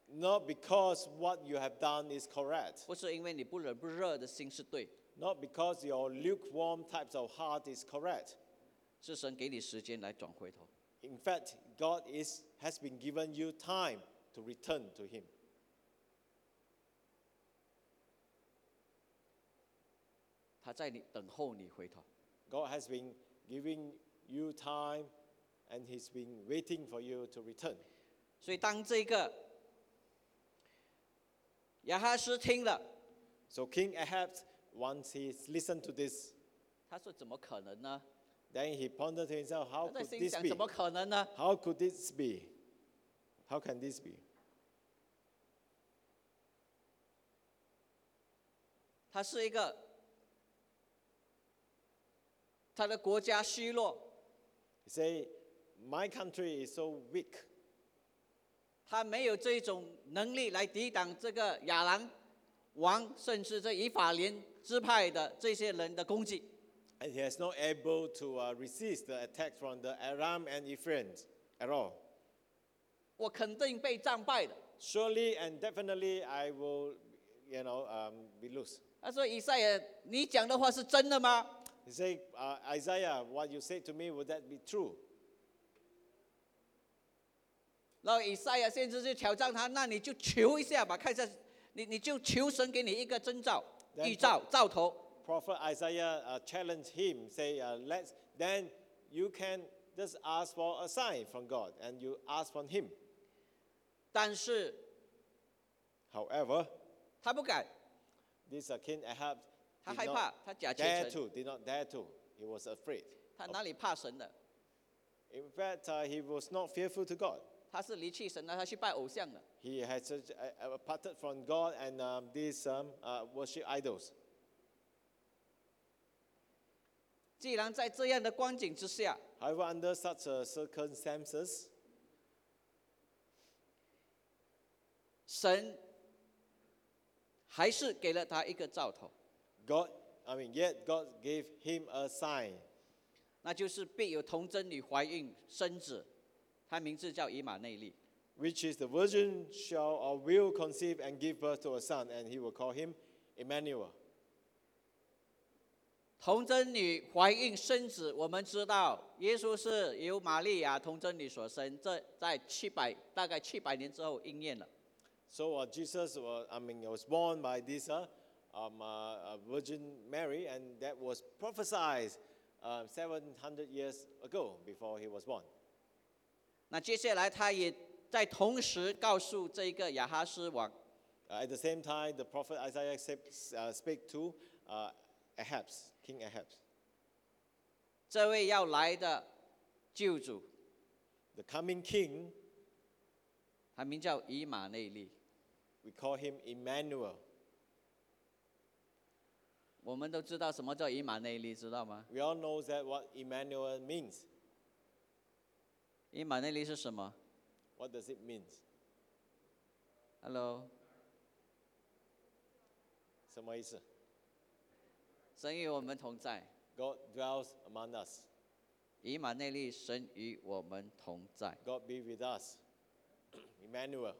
Speaker 1: not because what you have done is correct,
Speaker 2: 不是因为你不冷不热的心是对，
Speaker 1: not because your lukewarm types of heart is correct.
Speaker 2: 是神给你时间来转回头。
Speaker 1: In fact, God is, has been given you time to return to Him.
Speaker 2: 他在你等候你回头。
Speaker 1: God has been giving you time and He's been waiting for you to return.
Speaker 2: 所以当这个亚哈斯听了，
Speaker 1: So King Ahab, once he listened to this,
Speaker 2: 他说：“怎么可能呢？”
Speaker 1: then he pondered to himself,
Speaker 2: 他
Speaker 1: how
Speaker 2: 在
Speaker 1: could
Speaker 2: 心
Speaker 1: this
Speaker 2: 想：
Speaker 1: be?
Speaker 2: 怎么可能呢？
Speaker 1: How could this be? How can this be?
Speaker 2: 他是一个，他的国家虚弱，
Speaker 1: He said, my country is so weak.
Speaker 2: 他没有这种能力来抵挡这个亚兰王，甚至这以法莲支派的这些人的攻击。
Speaker 1: And he has not able to uh, resist the attack from the Aram and Ephraim at all.
Speaker 2: 我肯定被战败的。
Speaker 1: Surely and definitely I will, you know, um, be loose.
Speaker 2: 他说：“以赛亚，你讲的话是真的吗？
Speaker 1: He said, uh, Isaiah, what you said to me, would that be true?
Speaker 2: 然后以赛亚先知就挑战他，那你就求一下吧，看一下，你你就求神给你一个征兆、
Speaker 1: Then-
Speaker 2: 预兆、兆头。
Speaker 1: Prophet Isaiah uh, challenged him, say, uh, let's, then you can just ask for a sign from God and you ask from him.
Speaker 2: 但是
Speaker 1: However,
Speaker 2: 他不敢，
Speaker 1: this uh, King Ahab
Speaker 2: 他
Speaker 1: did
Speaker 2: 害怕
Speaker 1: not，
Speaker 2: 他假虔
Speaker 1: dare
Speaker 2: 诚，
Speaker 1: to, did not dare to. He was afraid.
Speaker 2: 他哪里怕神的？
Speaker 1: In fact, uh, he was not fearful to God.
Speaker 2: 他是离弃神的，他去拜偶像的。
Speaker 1: He had such, uh, uh, parted from God and um, these um, uh, worship idols.
Speaker 2: 既然在这样的光景之下，
Speaker 1: However, under such uh, circumstances,
Speaker 2: 神还是给了他一个兆头，
Speaker 1: God, I mean, yet God gave him a sign.
Speaker 2: 那就是必有童贞女怀孕生子，她名字叫以马内利。
Speaker 1: which is the virgin shall or will conceive and give birth to a son, and he will call him Emmanuel.
Speaker 2: 童贞女怀孕生子，我们知道耶稣是由玛利亚童贞女所生，这在七百大概七百年之后应验了。
Speaker 1: So uh, Jesus, was, I mean, was born by this uh, um, uh, uh, Virgin Mary, and that was prophesied uh, 700 years ago before he was born.
Speaker 2: 那接下来，他也在同时告诉这个亚哈斯王，
Speaker 1: Uh, at the same time, the prophet Isaiah sep- uh, spake to uh, Ahab, King Ahab,
Speaker 2: 这位要来的救主，
Speaker 1: the coming king,
Speaker 2: 他名叫以马内利。
Speaker 1: We call him Emmanuel.
Speaker 2: 我们都知道什么叫以马内利，知道吗？
Speaker 1: We all know that what Emmanuel means.
Speaker 2: 以马内利是什么
Speaker 1: What does it mean?
Speaker 2: ？Hello，
Speaker 1: 什么意思？
Speaker 2: 神与我们同在。
Speaker 1: God dwells among us.
Speaker 2: 以马内利，神与我们同在。
Speaker 1: God be with us. Emmanuel.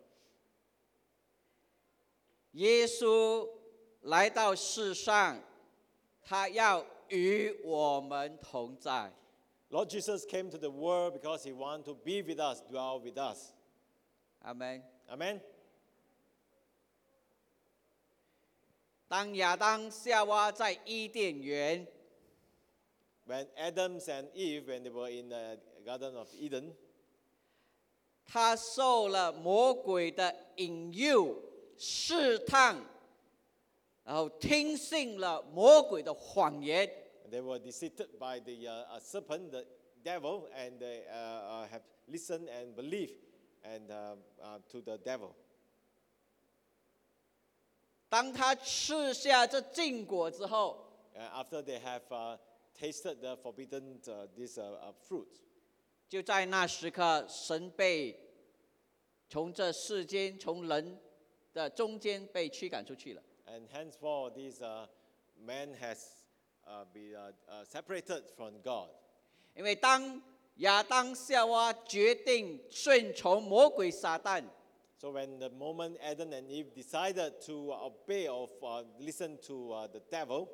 Speaker 2: 耶稣来到世上，他要与我们同在。
Speaker 1: Lord Jesus came to the world because he wanted to be with us, dwell with us.
Speaker 2: 阿门。
Speaker 1: Amen.
Speaker 2: 当亚当夏娃在伊甸园，
Speaker 1: When Adam and Eve, when they were in the Garden of Eden,
Speaker 2: 他受了魔鬼的引诱、试探，然后听信了魔鬼的谎言，
Speaker 1: they were deceived by the uh, uh, serpent, the devil, and they uh, uh, have listened and believed and, uh, uh, to the devil.
Speaker 2: 当他吃下这禁果之后，
Speaker 1: Uh, after they have uh, tasted the forbidden uh, this uh, uh, fruit,
Speaker 2: 就在那时刻，神被从这世间、从人的中间被驱赶出去了。
Speaker 1: and henceforth this uh, man has uh, been uh, uh, separated from God.
Speaker 2: 因为当亚当夏娃决定顺从魔鬼撒旦，
Speaker 1: So when the moment Adam and Eve decided to obey or uh, listen to uh, the devil,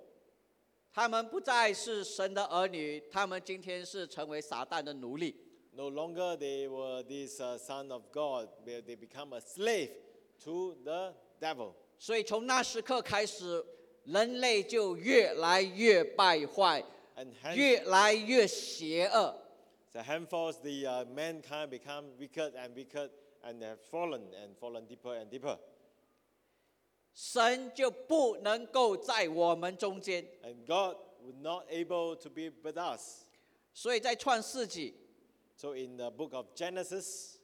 Speaker 2: 他们不再是神的儿女，他们今天是成为撒旦的奴隶。
Speaker 1: no longer they were this uh, son of God, they, they become a slave to the devil.
Speaker 2: 所以从那时刻开始，人类就越来越败坏，
Speaker 1: And hence,
Speaker 2: 越来越邪恶。
Speaker 1: so henceforth the uh, mankind become wicked and wicked and have fallen and fallen deeper and deeper.
Speaker 2: 神就不能够在我们中间，
Speaker 1: And God was not able to be with us.
Speaker 2: 所以在创世纪，
Speaker 1: So in the book of Genesis,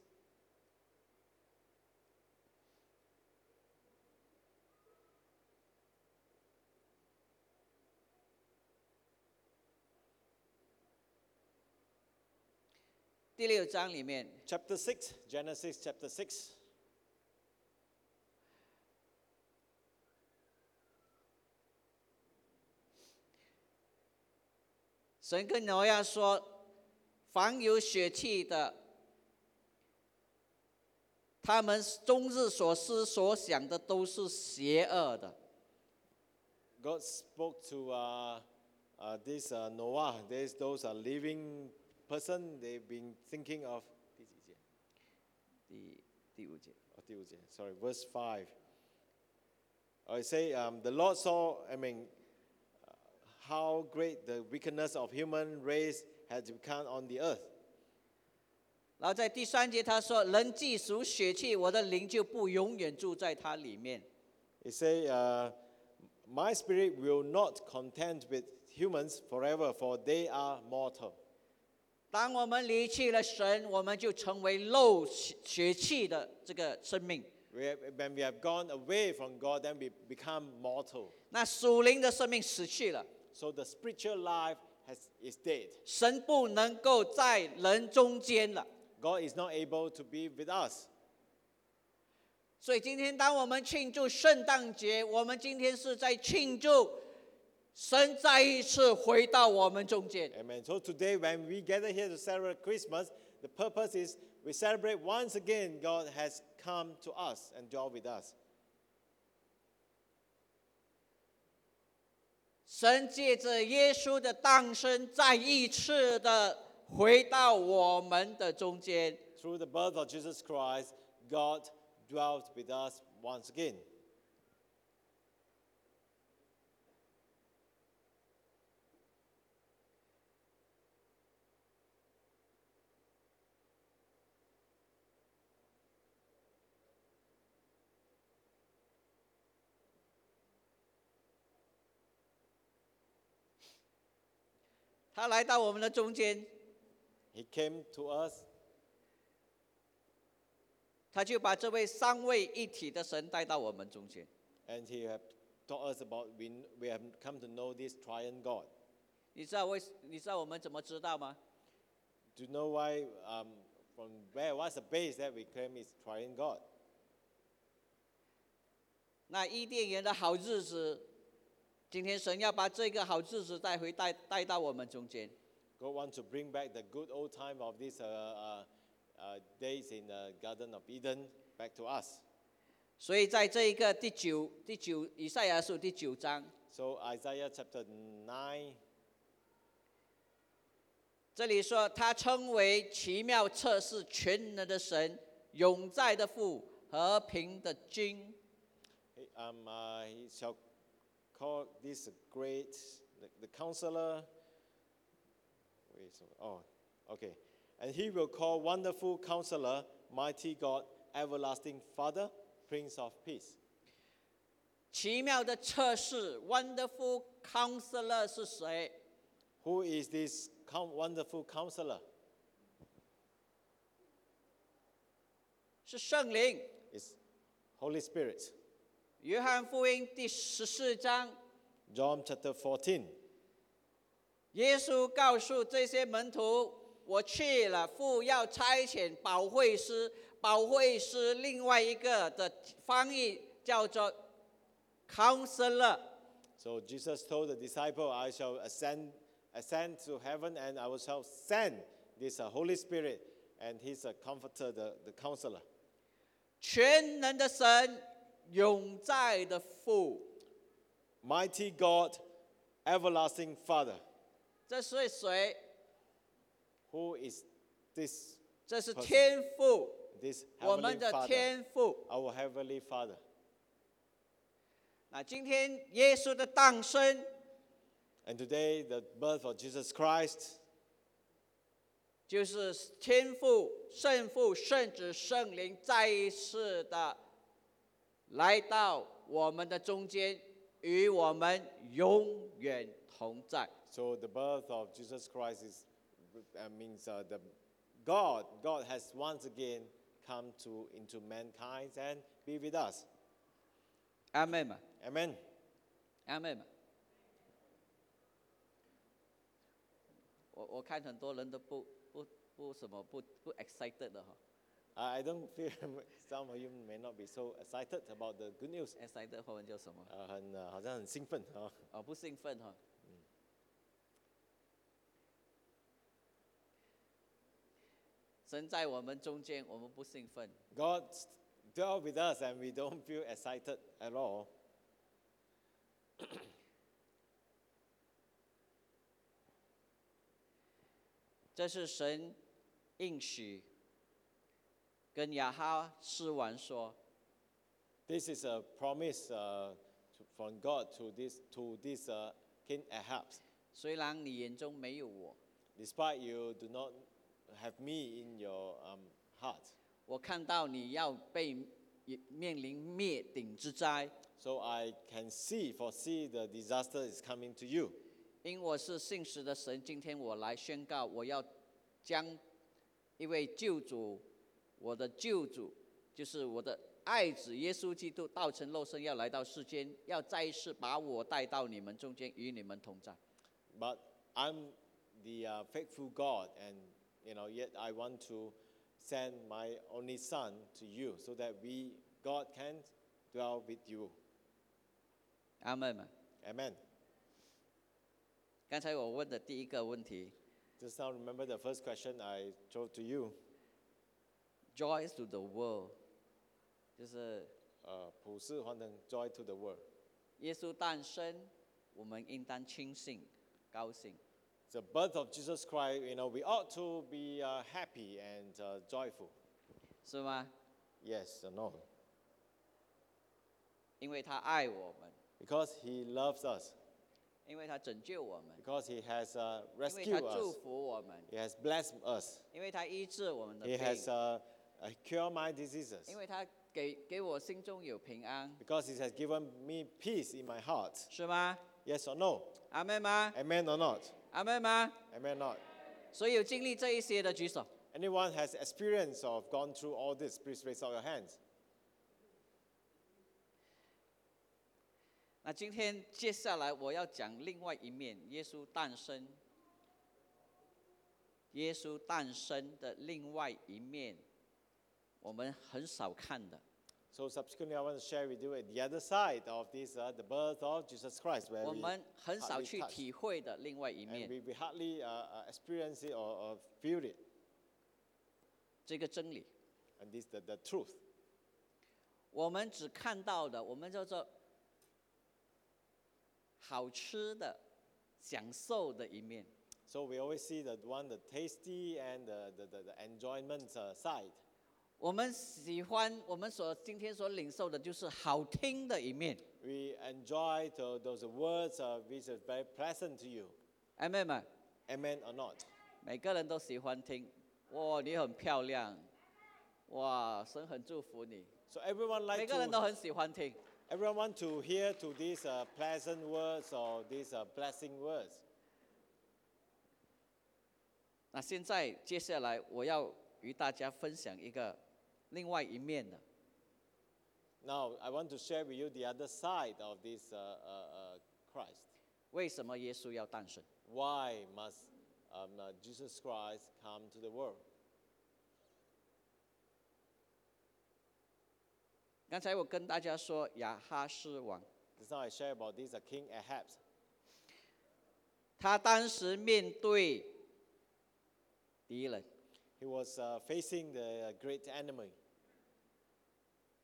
Speaker 2: 第六章里面，
Speaker 1: chapter 6, Genesis chapter 6,
Speaker 2: 神跟挪亚说：“凡有血气的，他们终日所思所想的都是邪恶的。
Speaker 1: God spoke to uh, uh, this uh, Noah. There's those are living person. They've been thinking of. 第几节？
Speaker 2: 第”第五节，
Speaker 1: Oh, 第五节, Sorry, verse five. I say um, the Lord saw. I mean, uh, how great the wickedness of human race has become on the earth.
Speaker 2: 然后在第三节他说：“人既属血气，我的灵就不永远住在他里面。
Speaker 1: He say, uh, my spirit will not contend with humans forever, for they are mortal. ”
Speaker 2: 当我们离弃了神，我们就成为肉血血气的这个生命。
Speaker 1: We have, when we have gone away from God, then we become mortal.
Speaker 2: 那属灵的生命死去了，
Speaker 1: So the spiritual life has, is dead.
Speaker 2: 神不能够在人中间了。
Speaker 1: God is not able to be with us.
Speaker 2: 所以今天，当我们庆祝圣诞节，我们今天是在庆祝神再一次回到我们中间。
Speaker 1: Amen. So today, when we gather here to celebrate Christmas, the purpose is we celebrate once again God has come to us and dwell with us.
Speaker 2: 神借着耶稣的诞生，再一次的回到我们的中间。
Speaker 1: Through the birth of Jesus Christ, God dwelt with us once again.
Speaker 2: 他来到我们的中间，
Speaker 1: He came to us
Speaker 2: 他就把这位三位一体的神带到我们中间。
Speaker 1: And he have taught us about we, kn- we have come to know this triune God.
Speaker 2: 你知道为你知道我们怎么知道吗？
Speaker 1: Do you know why, um, from where, what's the base that we claim is triune God?
Speaker 2: 那伊甸园的好日子，今天神要把这个好日子带回带带到我们中间。
Speaker 1: God wants to bring back the good old time of these uh, uh, uh, days in the Garden of Eden back to us.
Speaker 2: 所以在这一个第九第九以赛亚书第九章，
Speaker 1: So Isaiah chapter 9,
Speaker 2: 这里说他称为奇妙测试全能的神，永在的父，和平的君。
Speaker 1: he, um, uh, he shall call this great, the, the counselor. Wait, so, oh, okay. And he will call wonderful counselor, mighty God, everlasting Father, Prince of Peace.
Speaker 2: 奇妙的测试，Wonderful Counselor 是谁？
Speaker 1: Who is this coun wonderful counselor?
Speaker 2: 是圣灵。
Speaker 1: It's Holy Spirit.
Speaker 2: 约翰福音第十四章，
Speaker 1: John chapter 14.
Speaker 2: 耶稣告诉这些门徒：“我去了，父要差遣保惠师。保惠师另外一个的翻译叫做 Counselor。
Speaker 1: So Jesus told the disciple, I shall ascend, ascend to heaven and I will shall send this uh, Holy Spirit. And he's a comforter, the, the counselor.
Speaker 2: 全能的神，永在的父。
Speaker 1: Mighty God, everlasting Father. ”
Speaker 2: 这是谁？
Speaker 1: Who is this,
Speaker 2: 这是天父，
Speaker 1: this
Speaker 2: 我们
Speaker 1: heavenly
Speaker 2: 的
Speaker 1: Father?
Speaker 2: 天父。
Speaker 1: Our heavenly Father.
Speaker 2: 那今天耶稣的诞生，
Speaker 1: And today, the birth of Jesus Christ
Speaker 2: 就是天父、圣父、圣子、圣灵再一次的来到我们的中间，与我们永远同在。
Speaker 1: So the birth of Jesus Christ is, uh, means uh, the God, God has once again come to into mankind and be with us.
Speaker 2: 阿妹嘛，
Speaker 1: Amen.
Speaker 2: 阿妹嘛。我我看很多人都不不不什么不不 excited 的哈
Speaker 1: I I don't feel some of you may not be so excited about the good news.
Speaker 2: ，excited 后文叫什么？
Speaker 1: 呃，很呃，好像很兴奋啊。
Speaker 2: 哦，不兴奋哈、神在我们中间，我们不兴奋。
Speaker 1: God dwell with us and we don't feel excited at all.
Speaker 2: 这是神应许跟亚哈斯王说，
Speaker 1: This is a promise uh, to, from God to this to this uh, King Ahab.
Speaker 2: 虽然你眼中没有我，
Speaker 1: Despite you do not have me in your um, heart.
Speaker 2: 我看到你要被面临灭顶之灾，
Speaker 1: So I can see, foresee the disaster is coming to you.
Speaker 2: 因我是信实的神，今天我来宣告，我要将一位救主，我的救主，就是我的爱子耶稣基督，道成肉身要来到世间，要再一次把我带到你们中间，与你们同在。
Speaker 1: But I'm the uh, faithful God, and you know, yet I want to send my only Son to you, so that we, God, can dwell with you.
Speaker 2: 阿门嘛。
Speaker 1: Amen.
Speaker 2: 刚才我问的第一个问题
Speaker 1: Just now, remember the first question I throw to you.
Speaker 2: ，Joy to the world，就是
Speaker 1: 呃，uh, 普世欢腾，joy to the world.
Speaker 2: 耶稣诞生，我们应当庆幸、高兴。
Speaker 1: The birth of Jesus Christ, you know, we ought to be uh, happy and uh, joyful.
Speaker 2: 是吗？
Speaker 1: Yes or no?
Speaker 2: 因为他爱我们，
Speaker 1: Because He loves us.
Speaker 2: 因为他拯救我们，
Speaker 1: Because He has uh,
Speaker 2: 因为他
Speaker 1: rescued us.
Speaker 2: 祝福我们，
Speaker 1: He has blessed us.
Speaker 2: 因为他医治我们的
Speaker 1: He
Speaker 2: 病，
Speaker 1: has uh, uh, cured my diseases.
Speaker 2: 因为他给给我心中有平安，
Speaker 1: Because He has given me peace in my heart.
Speaker 2: 是吗？
Speaker 1: Yes or no?
Speaker 2: 阿妹吗？
Speaker 1: Amen or not?
Speaker 2: 阿妹吗？
Speaker 1: Amen or not?
Speaker 2: 所有经历这一些的举手，
Speaker 1: Anyone has experience of gone through all this, please raise up your hands.
Speaker 2: 那今天接下来我要讲另外一面，耶稣诞生，耶稣诞生的另外一面，我们很少看的。
Speaker 1: So subsequently, I want to share with you at the other side of this, uh, the birth of Jesus Christ, where
Speaker 2: 我
Speaker 1: we,
Speaker 2: 们很少去
Speaker 1: touch
Speaker 2: 体会的另外一
Speaker 1: and
Speaker 2: 面，
Speaker 1: we, we hardly uh, uh, experience it or, or feel it,
Speaker 2: 这个真理，
Speaker 1: and this the, the truth.
Speaker 2: 我们只看到的，我们叫做好吃的、享受的一面，
Speaker 1: So we always see the one, the tasty and the, the, the, the enjoyment uh, side.
Speaker 2: 我们喜欢我们所今天所领受的就是好听的一面，
Speaker 1: We enjoy tho- those words uh, which are very pleasant to you,
Speaker 2: 哎，妹妹。
Speaker 1: amen or not.
Speaker 2: 每个人都喜欢听，哇，你很漂亮，哇，神很祝福你，
Speaker 1: So everyone
Speaker 2: 每
Speaker 1: like
Speaker 2: 个人都
Speaker 1: to,
Speaker 2: 很喜欢听。
Speaker 1: everyone want to hear to these uh, pleasant words or these uh, blessing words.
Speaker 2: 那现在接下来我要与大家分享一个另外一面的，
Speaker 1: Now I want to share with you the other side of this uh, uh, uh, Christ.
Speaker 2: 为什么耶稣要诞生？
Speaker 1: Why must um, uh, Jesus Christ come to the world?
Speaker 2: 刚才我跟大家说亚哈斯王，
Speaker 1: Just now I share about this uh, King Ahab.
Speaker 2: 他当时面对敌人，
Speaker 1: He was uh, facing the uh, great enemy.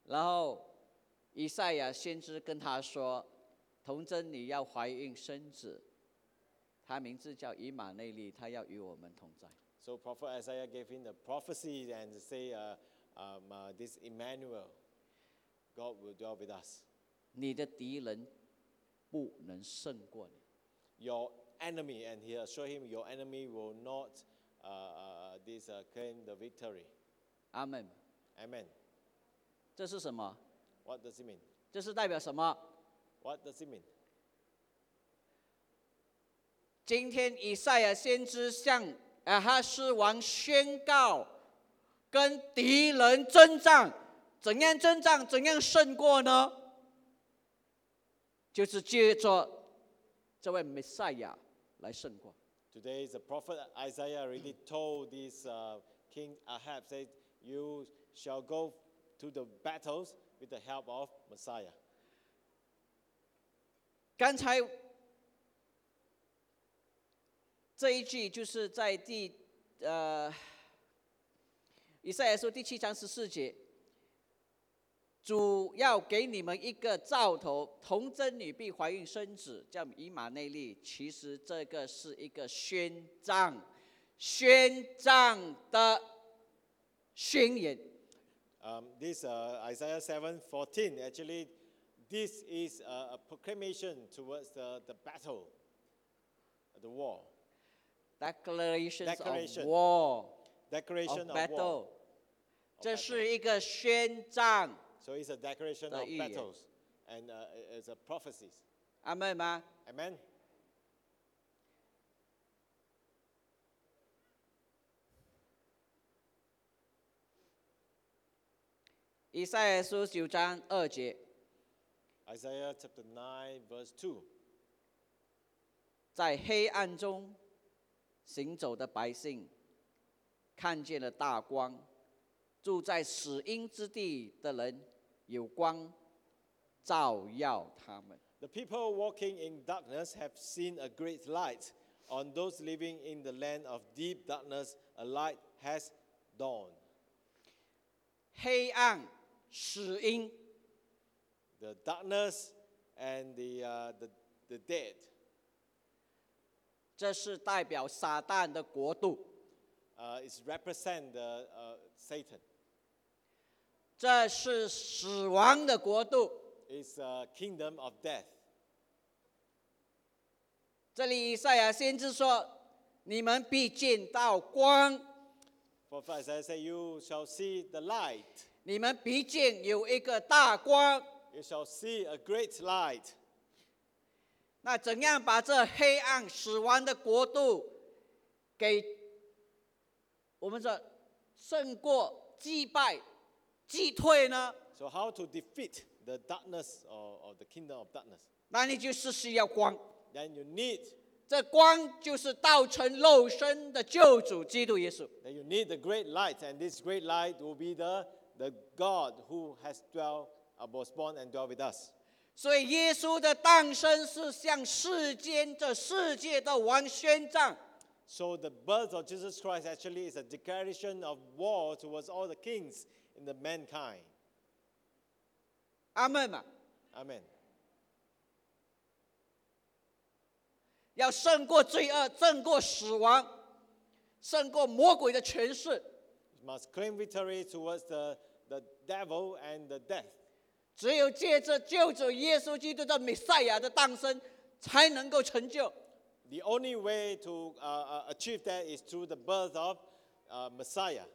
Speaker 2: 然后以赛亚先知跟他说：“童贞，你要怀孕生子，他名字叫以马内利，他要与我们同在。
Speaker 1: So Prophet Isaiah gave him the prophecy and say, uh, um, uh, this Emmanuel, God will dwell with us.
Speaker 2: 你的敌人不能胜过你。
Speaker 1: Your enemy, and he assured him, your enemy will not uh, uh, uh, this, uh, claim the victory. ”
Speaker 2: 阿门。
Speaker 1: Amen.
Speaker 2: 这是什么？
Speaker 1: What does it mean?
Speaker 2: 这是代表什么？
Speaker 1: What does it mean?
Speaker 2: 今天以赛亚先知向亚哈斯王宣告，跟敌人征战，怎样征战，怎样胜过呢？就是借着这位弥赛亚来胜过。
Speaker 1: Today, the prophet Isaiah already told this uh, King Ahab, said, You shall go to the battles with the help of Messiah.
Speaker 2: 刚才这一句就是在第呃以赛亚书第七章十四节，主要给你们一个兆头，童贞女必怀孕生子，叫以马内利。其实这个是一个宣战，宣战的宣言。
Speaker 1: Um, this uh, Isaiah 7 14, actually, this is a, a proclamation towards the, the battle, the war,
Speaker 2: Declarations of
Speaker 1: Declaration
Speaker 2: war
Speaker 1: declaration
Speaker 2: of
Speaker 1: of,
Speaker 2: battle，
Speaker 1: war.
Speaker 2: 这是一个宣战。
Speaker 1: So it's a declaration
Speaker 2: The
Speaker 1: of
Speaker 2: year.
Speaker 1: battles and uh, it- it's a prophecies.
Speaker 2: 阿妹吗？
Speaker 1: Amen.
Speaker 2: 以赛亚书九章二节，
Speaker 1: Isaiah chapter 9, verse 2.
Speaker 2: 在黑暗中行走的百姓看见了大光，住在死荫之地的人有光照耀他们。
Speaker 1: The people walking in darkness have seen a great light. On those living in the land of deep darkness, a light has dawned.
Speaker 2: 黑暗、死荫，
Speaker 1: The darkness and the, uh, the, the dead,
Speaker 2: 这是代表撒旦的国度，
Speaker 1: uh, is represent the, uh, Satan.
Speaker 2: 这是死亡的国度。
Speaker 1: It's a kingdom of death.
Speaker 2: 这里以赛亚先知说：“你们必见到光，
Speaker 1: For as I say, you shall see the light.
Speaker 2: 你们必见有一个大光。”
Speaker 1: You shall see a great light.
Speaker 2: 那怎样把这黑暗死亡的国度给我们说胜过击败、击退呢？
Speaker 1: So, how to defeat the darkness or, or the kingdom of darkness?
Speaker 2: 那你就是需要光，
Speaker 1: Then you need
Speaker 2: 这光就是道成肉身的救主基督耶稣。
Speaker 1: then you need the great light, and this great light will be the, the God who has dwelt, uh, was born and dwelt with us.
Speaker 2: 所以耶稣的诞生是向世间这世界的王宣战，
Speaker 1: So the birth of Jesus Christ actually is a declaration of war towards all the kings in the mankind.
Speaker 2: 阿门嘛。
Speaker 1: Amen.
Speaker 2: 要胜过罪恶，胜过死亡，胜过魔鬼的权势。
Speaker 1: You must claim victory towards the, the devil and the death.
Speaker 2: 只有借着救主耶稣基督的弥赛亚的诞生，才能够成就。
Speaker 1: The only way to uh, uh, achieve that is through the birth of uh, Messiah.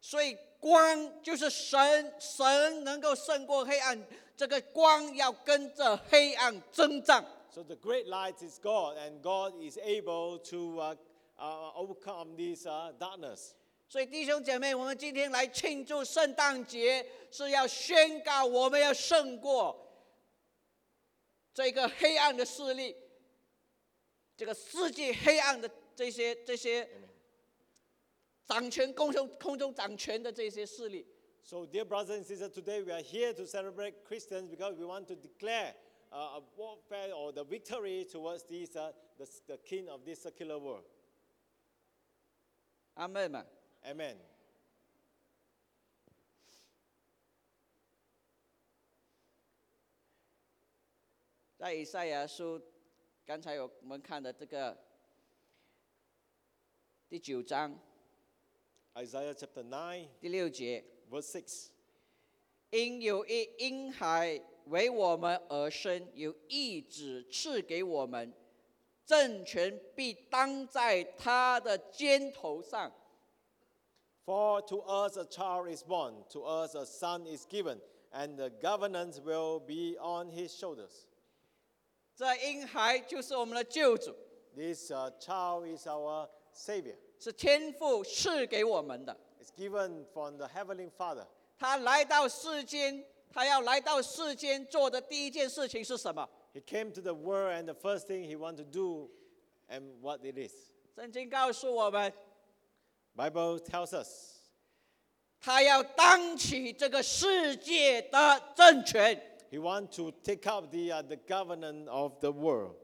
Speaker 2: 所以光就是神，神能够胜过黑暗。这个光要跟着黑暗征战。
Speaker 1: So the great light is God, and God is able to uh, uh, overcome this uh, darkness.
Speaker 2: 所以弟兄姐妹，我们今天来庆祝圣诞节，是要宣告我们要胜过这个黑暗的势力，这个世界黑暗的这些这些
Speaker 1: Amen.
Speaker 2: 掌权空中空中掌权的这些势力。
Speaker 1: So, dear brothers and sisters, today we are here to celebrate Christians because we want to declare uh, a warfare or the victory towards these, uh, the, the king of this secular world.
Speaker 2: 阿妹们，
Speaker 1: Amen.
Speaker 2: 在以赛亚书，刚才我们看的这个第九章
Speaker 1: Isaiah chapter 9,
Speaker 2: 第六节，
Speaker 1: verse 6.
Speaker 2: 因有一婴孩为我们呃而生，有一子赐给我们，政权必当在他的肩头上。
Speaker 1: For to us a child is born, to us a son is given, and the governance will be on his shoulders.
Speaker 2: 这婴孩就是我们的救主，
Speaker 1: This uh, child is our Savior.
Speaker 2: 是天父赐给我们的。
Speaker 1: It's given from the Heavenly Father.
Speaker 2: 他来到世间，他要来到世间做的第一件事情是什么？
Speaker 1: He came to the world, and the first thing he wanted to do, and what it is.
Speaker 2: 圣经告诉我们，
Speaker 1: Bible tells us
Speaker 2: 他要当起这个世界的政权。
Speaker 1: he want to take up the, uh, the governance of the world.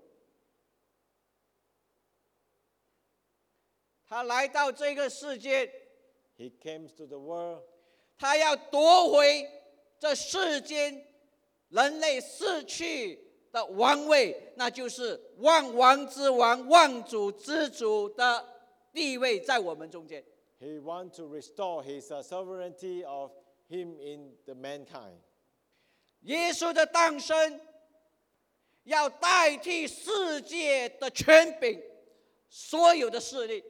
Speaker 2: 他来到这个世界，
Speaker 1: He came to the world.
Speaker 2: 他要夺回这世间人类逝去的王位，那就是万王之王、万主之主的地位在我们中间。
Speaker 1: He want to restore his uh, sovereignty of him in the mankind.
Speaker 2: 耶稣的诞生要代替世界的权柄，所有的势力。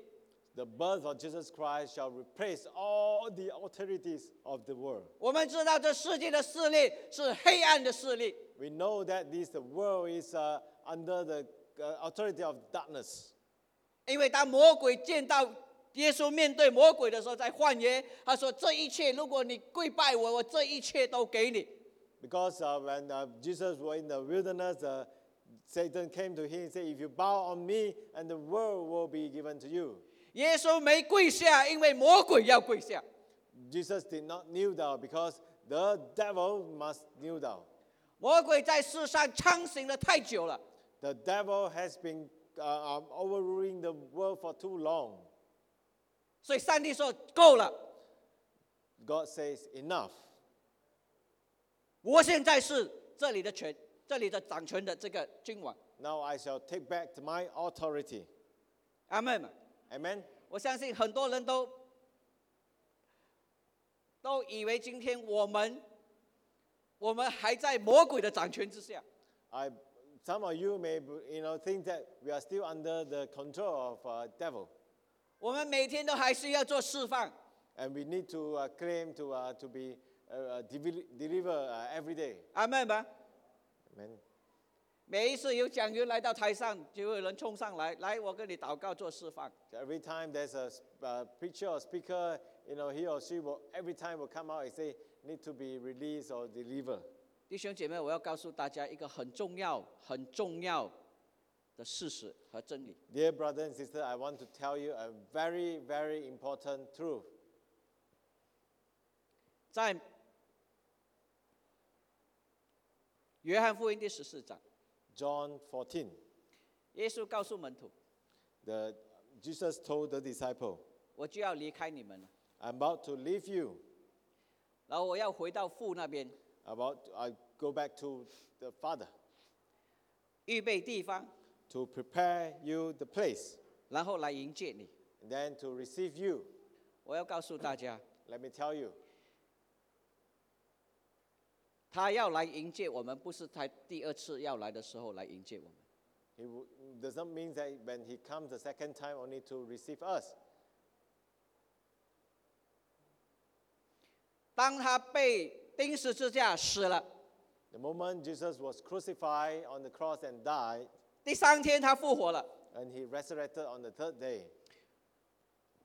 Speaker 1: The birth of Jesus Christ shall replace all the authorities of the world.
Speaker 2: 我们知道这世界的势力是黑暗的势力，
Speaker 1: We know that this the world is uh, under the uh, authority of darkness.
Speaker 2: 因为当魔鬼见到耶稣面对魔鬼的时候，在幻言，他说：“这一切，如果你跪拜我，我这一切都给你。
Speaker 1: Because uh, when uh, Jesus was in the wilderness, uh, Satan came to him and said, If you bow on me, and the world will be given to you. ”
Speaker 2: 耶稣没跪下，因为魔鬼要跪下。
Speaker 1: Jesus did not kneel down because the devil must kneel down.
Speaker 2: 魔鬼在世上昌行了太久了，
Speaker 1: The devil has been uh, um, overruling the world for too long.
Speaker 2: 所以上帝说：“够了，
Speaker 1: God says, Enough.
Speaker 2: 我现在是这里的权，这里的掌权的这个君王。
Speaker 1: Now I shall take back my authority. ”
Speaker 2: 阿门嘛。
Speaker 1: Amen.
Speaker 2: 我相信很多人都都以为今天我们我们还在魔鬼的掌权之下，
Speaker 1: I, some of you may you know, think that we are still under the control of uh, devil.
Speaker 2: 我们每天都还是要做释放，
Speaker 1: and we need to uh, claim to, uh, to be uh, uh, devel- deliver uh, every day.
Speaker 2: 阿妹们，
Speaker 1: Amen.
Speaker 2: 每一次有讲员来到台上，就有人冲上来，来我跟你祷告做释放。
Speaker 1: Every time there's a s- uh, preacher or speaker, you know, he or she will every time will come out and say, need to be released or delivered.
Speaker 2: 弟兄姐妹，我要告诉大家一个很重要、很重要的事实和真理：
Speaker 1: Dear brother and sister, I want to tell you a very, very important truth.
Speaker 2: 在约翰福音第十四章，
Speaker 1: John 14.
Speaker 2: 耶稣告诉门徒
Speaker 1: The, Jesus told the disciple,：“
Speaker 2: 我就要离开你们了，
Speaker 1: I'm about to leave you.
Speaker 2: 然后我要回到父那边，
Speaker 1: About I go back to the Father
Speaker 2: 预备地方，
Speaker 1: to prepare you the place,
Speaker 2: 然后来迎接你。
Speaker 1: and then to receive you. ”
Speaker 2: 我要告诉大家，
Speaker 1: Let me tell you,
Speaker 2: 他要来迎接我们，不是他第二次要来的时候来迎接我们。
Speaker 1: he w- does not mean that when he comes the second time only to receive us.
Speaker 2: 当他被钉十字架死了，
Speaker 1: The moment Jesus was crucified on the cross and died,
Speaker 2: 第三天他复活了。
Speaker 1: and he resurrected on the third day,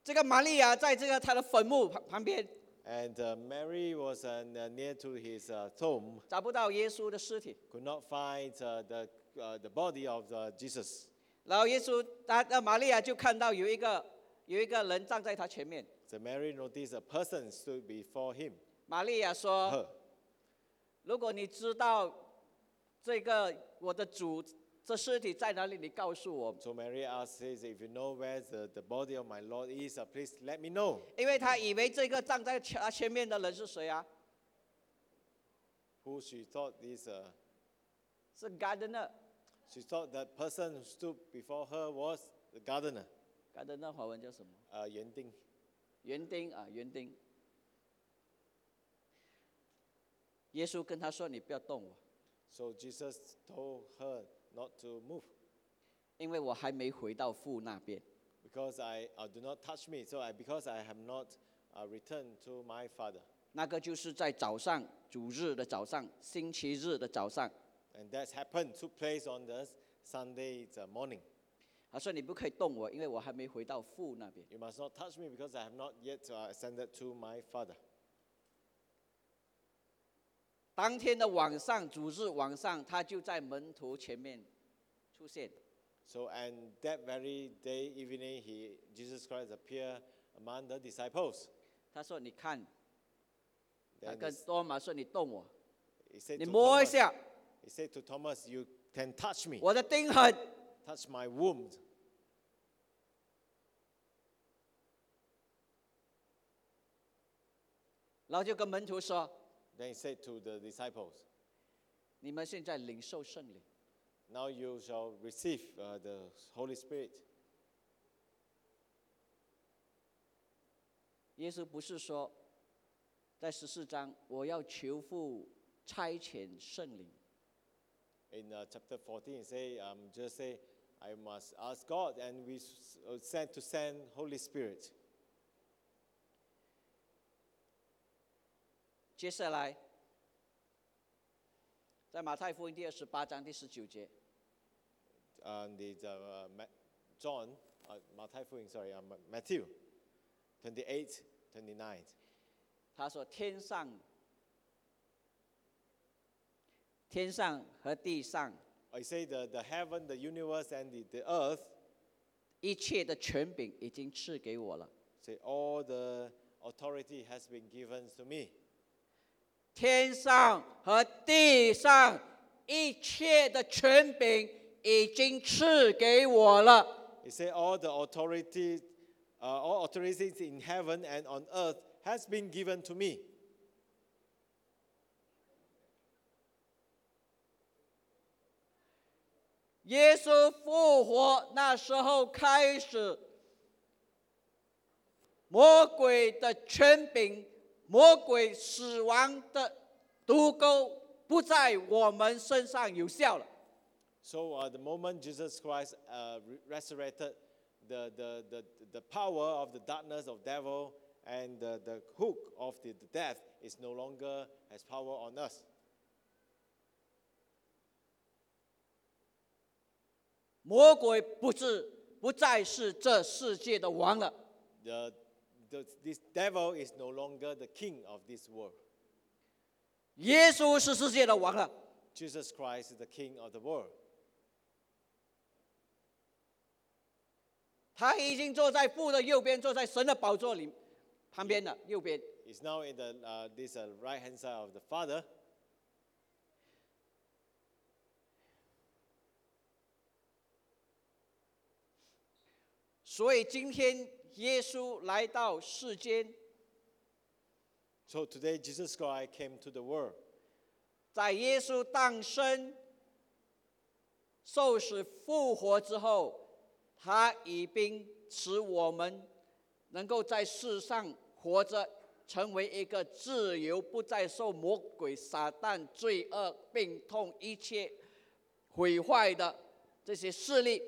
Speaker 2: 这个玛利亚在这个他的坟墓旁旁边
Speaker 1: and uh, Mary was uh, n- near to his uh, tomb,
Speaker 2: 找不到耶稣的尸体，
Speaker 1: could not find uh, the, uh, the body of uh, Jesus.
Speaker 2: 然后耶稣他那玛利亚就看到有一个有一个人站在他前面，
Speaker 1: So Mary noticed a person stood before him,
Speaker 2: 玛利 亚说
Speaker 1: her.：“
Speaker 2: 如果你知道这个我的主这尸体在哪里，你告诉我，
Speaker 1: So Mary asked, says, if you know where the, the body of my Lord is, uh, please let me know.
Speaker 2: 因为他以为这个站在前他啊前面的人是谁啊？
Speaker 1: Who she thought is, uh,
Speaker 2: 是 gardener。”
Speaker 1: she thought that person who stood before her was the gardener,
Speaker 2: 嘎德那华文叫什么？
Speaker 1: uh, Yuan Ding.
Speaker 2: 园丁啊，园丁。耶稣跟他说：“你不要动我，
Speaker 1: So Jesus told her not to move
Speaker 2: 因为我还没回到父那边。
Speaker 1: because I uh, do not touch me. So I, because I have not uh, returned to my father. ”
Speaker 2: 那个就是在早上主日的早上，星期日的早上，
Speaker 1: And that's happened, took place on the Sunday uh, morning.
Speaker 2: 他说：“你不可以动我，因为我还没回到父那边。
Speaker 1: You must not touch me because I have not yet uh, ascended to my father. ”
Speaker 2: 当天的晚上，主日晚上，他就在门徒前面出现。
Speaker 1: So, and that very day evening, he, Jesus Christ appeared among the disciples.
Speaker 2: 他说：“你看，他
Speaker 1: Then
Speaker 2: 跟
Speaker 1: he-
Speaker 2: 多马说：‘你动我，
Speaker 1: he said,
Speaker 2: 你
Speaker 1: to
Speaker 2: 摸一
Speaker 1: Thomas,
Speaker 2: 下
Speaker 1: he said to Thomas, You can touch me,
Speaker 2: 我的钉痕。’
Speaker 1: touch my womb.
Speaker 2: 然后就跟门徒说
Speaker 1: Then he said to the disciples,：‘
Speaker 2: 你们现在领受圣灵。’”
Speaker 1: Now you shall receive uh, the Holy Spirit.
Speaker 2: 耶稣不是说，在十四章我要求父差遣圣灵，
Speaker 1: In uh, chapter 14, he say, um, just say, I must ask God, and we s- uh, sent to send Holy Spirit.
Speaker 2: 接下来在马太福音第二十八章第十九节，
Speaker 1: And the, the, uh, Ma- John, uh, Matthew, sorry, uh, Ma- Matthew, 28, 29.
Speaker 2: 他说天上、天上和地上
Speaker 1: I say the, the heaven, the universe, and the, the earth,
Speaker 2: 一切的权柄已经赐给我了，
Speaker 1: say all the authority has been given to me.
Speaker 2: 天上和地上一切的权柄已经赐给我了。
Speaker 1: He say all the authority, uh, all authorities in heaven and on earth has been given to me.
Speaker 2: 耶稣复活那时候开始，魔鬼的权柄、魔鬼死亡的毒钩不在我们身上有效了。
Speaker 1: So uh, the moment Jesus Christ uh, re- resurrected, the, the, the, the power of the darkness of devil and the, the hook of the, the death is no longer has power on us.
Speaker 2: 魔鬼不是不再是这世界的王了，
Speaker 1: The, the- the, this devil is no longer the king of this world.
Speaker 2: 耶稣是世界的王了。
Speaker 1: Jesus Christ is the king of the world.
Speaker 2: 他已经坐在父的右边，坐在神的宝座里旁边了，右边。
Speaker 1: He's now in the, uh, this uh, right hand side of the Father.
Speaker 2: 所以今天耶稣来到世间，
Speaker 1: So today, Jesus Christ came to the world.
Speaker 2: 在耶稣诞生、受死、复活之后，他已经使我们能够在世上活着，成为一个自由、不再受魔鬼、撒旦、罪恶、病痛、一切毁坏的这些势力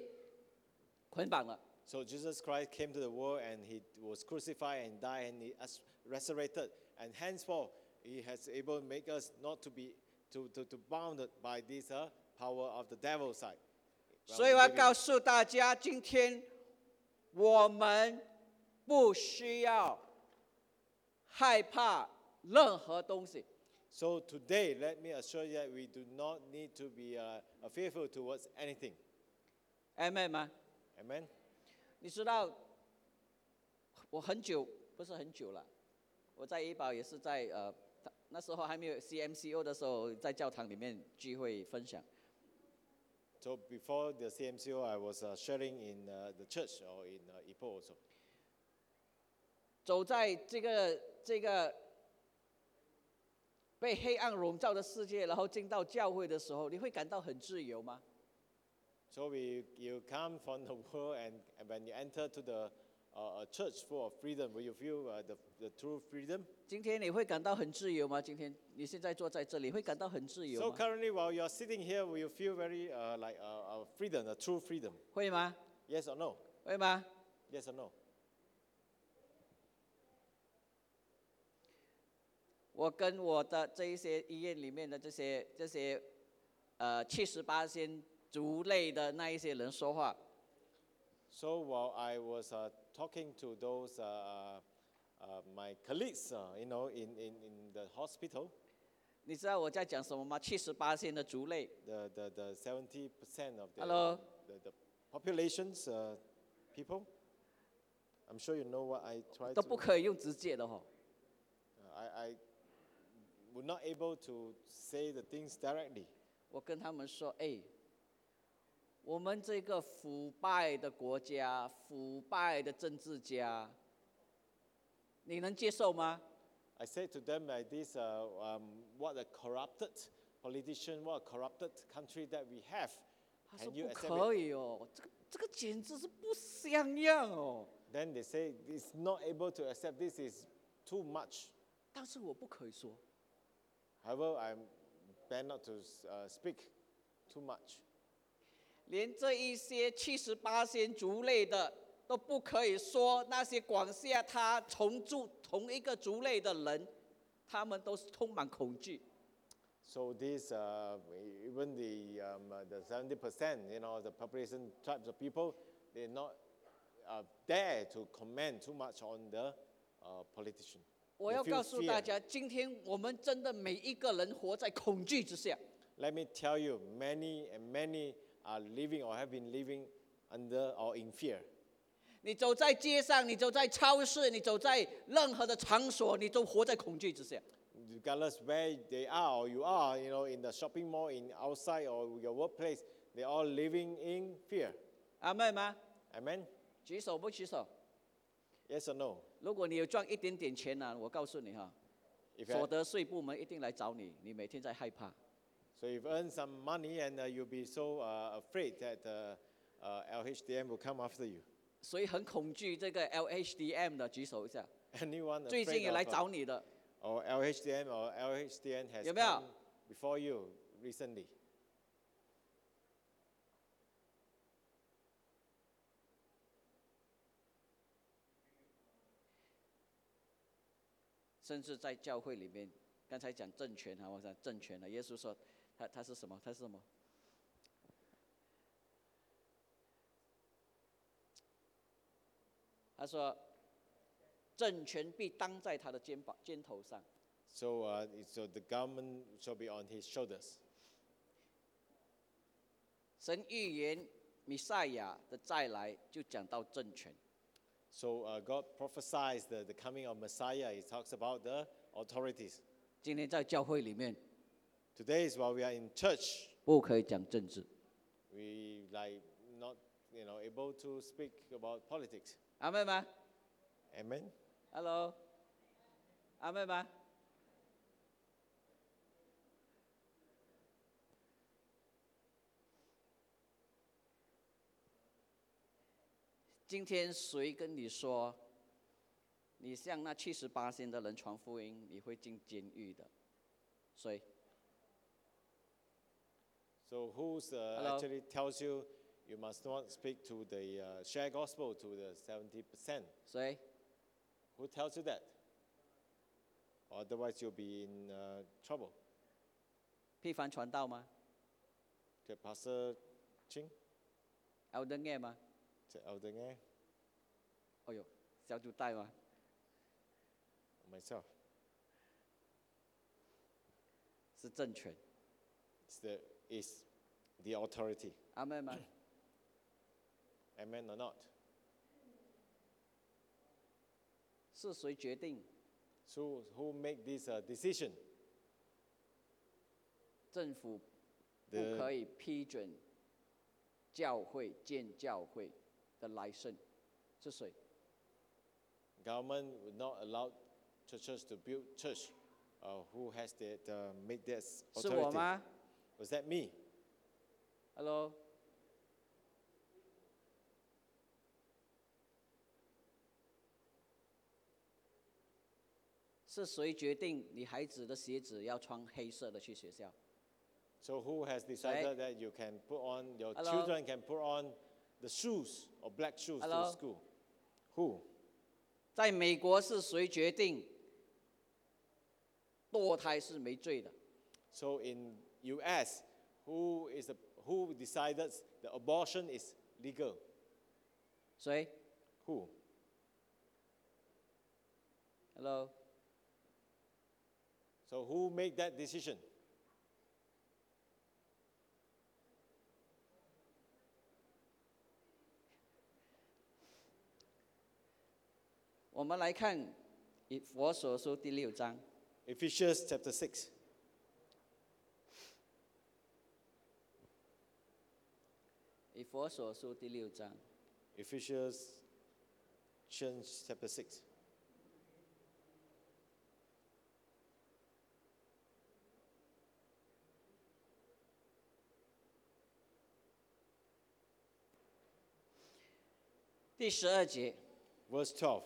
Speaker 2: 捆绑了。
Speaker 1: So Jesus Christ came to the world and he was crucified and died and he as- resurrected. And henceforth, he has able to make us not to be to, to, to bounded by this uh, power of the devil side.
Speaker 2: 所以我要告诉大家，今天我们不需要害怕任何东西，
Speaker 1: So today, let me assure you that we do not need to be uh, fearful towards anything.
Speaker 2: 阿妹吗？
Speaker 1: Amen.
Speaker 2: 你知道，我很久不是很久了，我在怡保也是在呃，他那时候还没有 CMCO 的时候，在教堂里面聚会分享。
Speaker 1: So before the CMCO, I was uh, sharing in uh, the church or in uh, Ipoh also.
Speaker 2: 走在这个这个被黑暗笼罩的世界，然后进到教会的时候，你会感到很自由吗？
Speaker 1: So we, you come from the world, and, and when you enter to the uh, a church full of freedom, will you feel uh, the, the true freedom?
Speaker 2: 今天你会感到很自由吗？今天你现在坐在这里会感到很自
Speaker 1: So
Speaker 2: 由吗？
Speaker 1: currently, while you're sitting here, will you feel very uh, like uh, uh, freedom, a true freedom?
Speaker 2: 会吗？
Speaker 1: Yes or no?
Speaker 2: 会吗？
Speaker 1: Yes or no?
Speaker 2: 我跟我的这一些医院里面的这些这些，呃，七十八仙族类的那一些人说话，
Speaker 1: So while I was uh, talking to those uh, uh, my colleagues, uh, you know, in, in, in the hospital,
Speaker 2: 你知道我在讲什么吗？七十八仙的族类，
Speaker 1: the the the seventy percent of the,
Speaker 2: Hello.
Speaker 1: the the populations uh, people. I'm sure you know what I try
Speaker 2: 都
Speaker 1: to.
Speaker 2: 不可以用直接的哦。
Speaker 1: Uh, I I were not able to say the things directly.
Speaker 2: 我跟他们说，哎，我们这个腐败的国家，腐败的政治家，你能接受吗？
Speaker 1: I said to them like this: uh, um, What a corrupted politician, what a corrupted country that we have.
Speaker 2: 他说
Speaker 1: Can you
Speaker 2: 不
Speaker 1: accept it?
Speaker 2: 可以哦，这个这个简直是不像样哦。
Speaker 1: Then they say it's not able to accept. This is too much.
Speaker 2: 但是我不可以说，
Speaker 1: However, I'm banned not to uh, speak too much.
Speaker 2: 连这一些七十八仙族类的都不可以说，那些广厦他同住同一个族类的人，他们都是充满恐惧。
Speaker 1: So this, uh, even the um, uh, the seventy percent, you know, the population tribes of people, they're not uh, dare to comment too much on the uh, politician.
Speaker 2: 我
Speaker 1: They
Speaker 2: 要
Speaker 1: feel
Speaker 2: 告诉
Speaker 1: fear.
Speaker 2: 大家，今天我们真的每一个人活在恐惧之下。
Speaker 1: Let me tell you, many and many are living or have been living under or in fear.
Speaker 2: 你走在街上，你走在超市，你走在任何的场所，你都活在恐惧之下。
Speaker 1: Regardless where they are or you are, you know, in the shopping mall, in outside or your workplace, they are living in fear.
Speaker 2: 阿妹吗？
Speaker 1: Amen.
Speaker 2: 举手不举手？
Speaker 1: Yes or no?
Speaker 2: 如果你有赚一点点钱呢、我告诉你哈，
Speaker 1: If you had-
Speaker 2: 所得税部门一定来找你，你每天在害怕。
Speaker 1: So you've earned some money and uh, you'll be so uh, afraid that uh, uh, LHDM will come after you.
Speaker 2: 所以很恐惧这个 LHDM 的，举手一下。
Speaker 1: Anyone
Speaker 2: 最近
Speaker 1: afraid
Speaker 2: 也来
Speaker 1: of, uh,
Speaker 2: 找你的，
Speaker 1: or LHDM or LHDN has
Speaker 2: 有没有？
Speaker 1: come before you recently.
Speaker 2: 甚至在教会里面，刚才讲政权啊哈，我讲政权了。耶稣说，他他是什么？他是什么？他说，政权必当在他的肩膀肩头上。
Speaker 1: So, uh, it- so the government shall be on his shoulders.
Speaker 2: 神预言弥赛亚的再来，就讲到政权。
Speaker 1: So uh, God prophesies the, the coming of Messiah. He talks about the authorities.
Speaker 2: 今天在教会里面
Speaker 1: Today is while we are in church,
Speaker 2: 不可以讲政治，
Speaker 1: we like not you know able to speak about politics.
Speaker 2: 阿妹吗
Speaker 1: Amen.
Speaker 2: ？Hello，阿妹吗？今天谁跟你说，你向那七十八线的人传福音，你会进监狱的？谁？
Speaker 1: So who's uh,
Speaker 2: Hello.
Speaker 1: actually tells you you must not speak to the uh, share gospel to the seventy percent?
Speaker 2: 谁？
Speaker 1: Who tells you that? Otherwise, you'll be in uh, trouble.
Speaker 2: 批凡传道吗
Speaker 1: Okay, Pastor Ching,
Speaker 2: ？Elden Ye 吗？
Speaker 1: the elder guy,
Speaker 2: 哦呦，小组带吗？
Speaker 1: myself.
Speaker 2: 是政权，
Speaker 1: It's the is the authority.
Speaker 2: 阿妹吗？
Speaker 1: Amen or not?
Speaker 2: 是谁决定
Speaker 1: So who make this uh, decision?
Speaker 2: 政府不可
Speaker 1: The,
Speaker 2: 以批准教会建教会的 license？是谁？
Speaker 1: government would not allow churches to build church. Uh, who has that uh, make that
Speaker 2: 是我
Speaker 1: authority?
Speaker 2: 吗
Speaker 1: Was that me?
Speaker 2: ？Hello，是谁决定你孩子的鞋子要穿黑色的去学校？
Speaker 1: So who has decided that you can put on your
Speaker 2: Hello?
Speaker 1: children can put on the shoes or black shoes
Speaker 2: Hello?
Speaker 1: to school? Who?
Speaker 2: 在美国是谁决定堕胎是没罪的？
Speaker 1: So in U.S., who is the, who decided the abortion is legal?
Speaker 2: 谁
Speaker 1: Who?
Speaker 2: ？Hello，
Speaker 1: So who made that decision?
Speaker 2: 我们来看《以佛所书》第六章，
Speaker 1: Ephesians chapter six.
Speaker 2: 《以佛所书》第六章，
Speaker 1: Ephesians Ephesians chapter six.
Speaker 2: 第十二节，
Speaker 1: Verse 12.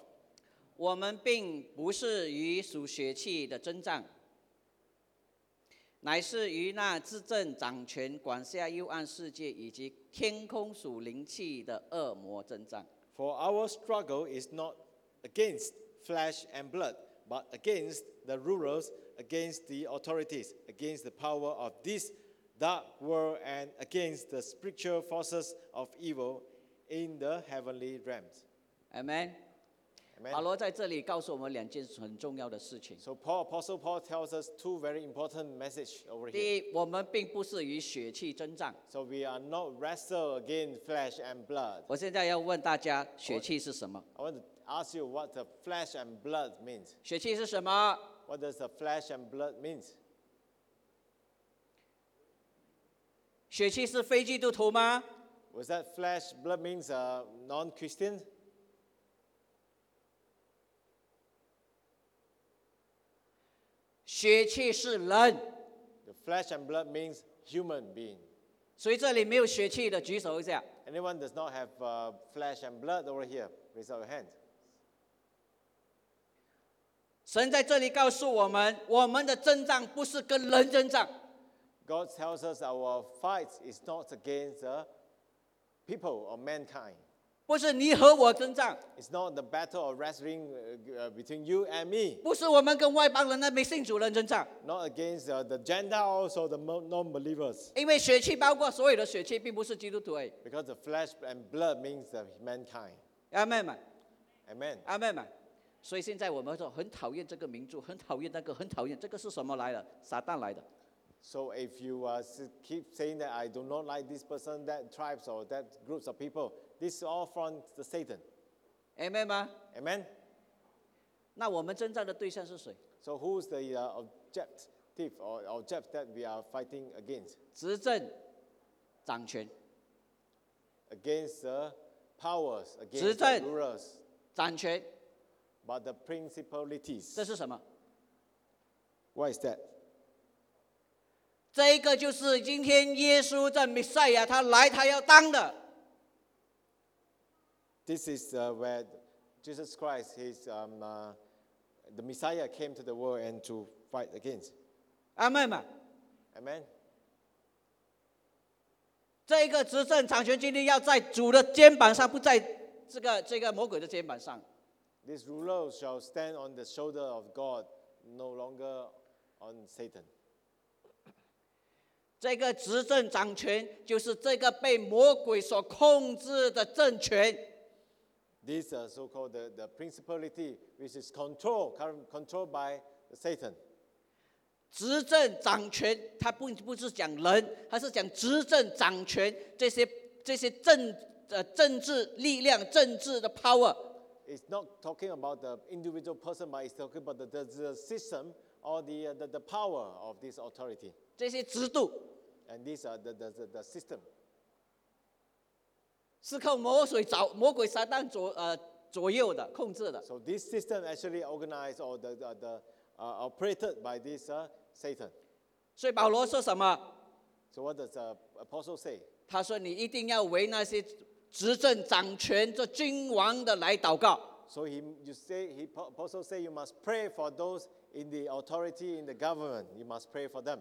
Speaker 2: 我们并不是与属血气的征战，乃是与那执政掌权、管辖幽暗世界以及天空属灵气的恶魔征战。
Speaker 1: For our struggle is not against flesh and blood, but against the rulers, against the authorities, against the power of this dark world, and against the spiritual forces of evil in the heavenly realms.
Speaker 2: Amen。
Speaker 1: Amen.
Speaker 2: 保罗在这里告诉我们两件很重要的事情：
Speaker 1: So Paul, Apostle Paul tells us two very important message over
Speaker 2: 第
Speaker 1: here.
Speaker 2: 一，我们并不是与血气征战。
Speaker 1: So we are not wrestle against flesh and blood.
Speaker 2: 我现在要问大家，血气是什么？
Speaker 1: I want to ask you what the flesh and blood means.
Speaker 2: 血气是什么？
Speaker 1: What does the flesh and blood means?
Speaker 2: 血气是非基督徒吗？
Speaker 1: Was that flesh blood means uh, non-Christian?
Speaker 2: 血气是人，
Speaker 1: The flesh and blood means human being.
Speaker 2: 所以这里没有血气的举手一下。
Speaker 1: Anyone does not have uh, flesh and blood over here, raise up your hand.
Speaker 2: 神在这里告诉我们，我们的征战不是跟人征战，
Speaker 1: God tells us our fight is not against the people or mankind.
Speaker 2: 不是你和我征战，
Speaker 1: It's not the battle or wrestling uh, uh, between you and me.
Speaker 2: 不是我们跟外邦人那没信主人征战，
Speaker 1: Not against uh, the Gentiles or the mo- non-believers.
Speaker 2: 因为血气包括所有的血气，并不是基督徒而已。
Speaker 1: Because the flesh and blood means the mankind.
Speaker 2: 阿妹们，
Speaker 1: Amen.
Speaker 2: 阿妹们，所以现在我们说很讨厌这个民族，很讨厌那个，很讨厌这个是什么来的？撒旦来的。
Speaker 1: So if you uh, s- keep saying that I do not like this person, that tribes or that groups of people, this is all from the Satan.
Speaker 2: Amen 吗？
Speaker 1: Amen.
Speaker 2: 那我们征战的对象是谁？
Speaker 1: So who's the uh, objective or object that we are fighting against?
Speaker 2: 执政、掌权、
Speaker 1: Against the powers, against the
Speaker 2: 执政。
Speaker 1: rulers,
Speaker 2: 掌权，
Speaker 1: but the principalities.
Speaker 2: 这是什么？
Speaker 1: What is that?
Speaker 2: 这个就是今天耶稣在弥赛亚他来他要当的。
Speaker 1: This is uh, where Jesus Christ, his, um, uh, the Messiah, came to the world and to fight against.
Speaker 2: 阿妹嘛，
Speaker 1: Amen.
Speaker 2: 这个执政掌权今天要在主的肩膀上，不在这个这个魔鬼的肩膀上。
Speaker 1: These rulers shall stand on the shoulder of God, no longer on Satan.
Speaker 2: 这个执政掌权就是这个被魔鬼所控制的政权。
Speaker 1: These are uh, so-called the, the principality, which is control, current, controlled by Satan.
Speaker 2: 执政掌权，他不不是讲人，他是讲执政掌权这些这些政呃政治力量、政治的 power。
Speaker 1: It's not talking about the individual person, but it's talking about the, the, the system or the, uh, the, the power of this authority.
Speaker 2: 这些制度
Speaker 1: And these are the, the, the, the system.
Speaker 2: 是靠魔鬼找魔鬼撒旦左呃左右的控制的。
Speaker 1: So this system actually organized or the, the, the, uh, operated by this uh, Satan.
Speaker 2: 所以保罗说什么？
Speaker 1: So what does the apostle say?
Speaker 2: 他说：“你一定要为那些执政掌权这君王的来祷告。”
Speaker 1: So he, you say, he po- apostle say you must pray for those in the authority in the government. You must pray for them.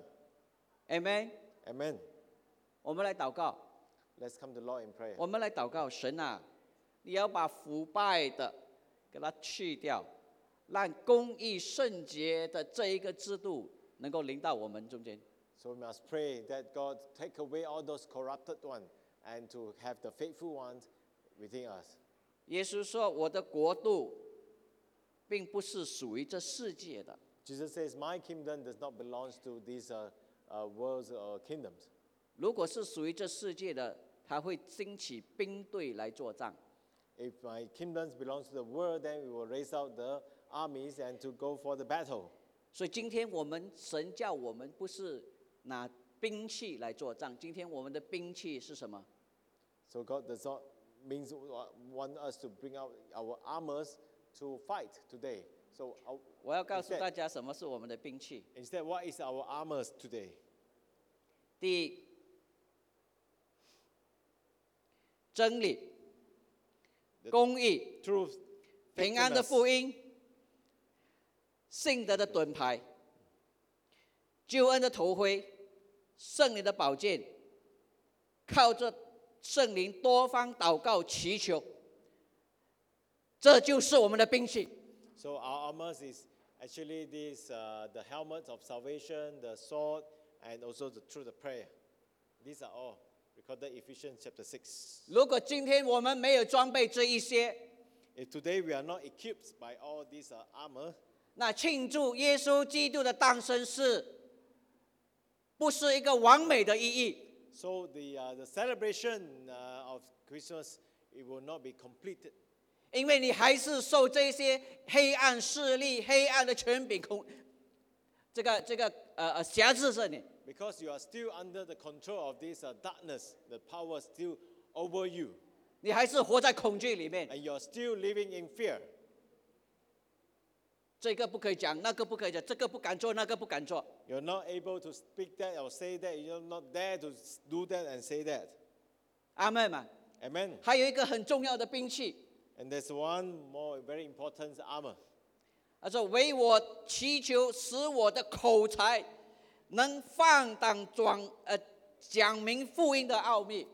Speaker 2: Amen。
Speaker 1: Amen.
Speaker 2: 我们来祷告，
Speaker 1: Let's come to Lord in prayer.
Speaker 2: 我们来祷告，神啊，你要把腐败的给它去掉，让公义圣洁的这一个制度能够临到我们中间。
Speaker 1: So we must pray that God take away all those corrupted ones and to have the faithful ones within us.
Speaker 2: 耶稣说：“我的国度，并不是属于这世界的。
Speaker 1: Jesus says, My kingdom does not belong to these uh, uh, worlds or kingdoms.
Speaker 2: 如果是属于这世界的，他会兴起兵队来作战。
Speaker 1: If my kingdoms belongs to the world, then we will raise out the armies and to go for the battle.
Speaker 2: 所以今天我们神叫我们不是拿兵器来作战，今天我们的兵器是什么？
Speaker 1: So God does not means wa- want us to bring out our armors to fight today. So our,
Speaker 2: 我要告诉
Speaker 1: instead-
Speaker 2: 大家什么是我们的兵器。
Speaker 1: instead, what is our armors today?
Speaker 2: 第一，真理、公义、
Speaker 1: Truth,
Speaker 2: 平安的
Speaker 1: faithfulness,
Speaker 2: 福音、信德的盾牌、救恩的头盔、圣灵的宝剑，靠着圣灵多方祷告祈求，这就是我们的兵器。
Speaker 1: So our armors is actually this, uh, the helmet of salvation, the sword, and also the, through the prayer. These are all recorded Ephesians chapter 6.
Speaker 2: 如果今天我们没有装备这一些，
Speaker 1: If today we are not equipped by all these uh, armor,
Speaker 2: 那庆祝耶稣基督的诞生是不是一个完美的意义？
Speaker 1: so the, uh, the celebration uh, of Christmas, it will not be completed
Speaker 2: 因为你还是受这些黑暗势力、黑暗的权柄控，这个这个呃呃辖制着你。
Speaker 1: because you are still under the control of this uh, darkness. The power is still over you,
Speaker 2: 你还是活在恐惧里面，
Speaker 1: and you are still living in fear.
Speaker 2: 这个不可以讲，那个不可以讲，这个不敢做，那个不敢做。
Speaker 1: You're not able to speak that or say that. You're not there to s- do that and say that.
Speaker 2: 阿妹嘛，
Speaker 1: Amen.
Speaker 2: 还有一个很重要的兵器，
Speaker 1: And there's one more very important armor.
Speaker 2: 他说：“唯我祈求，使我的口才能放荡转呃讲明福音的奥秘。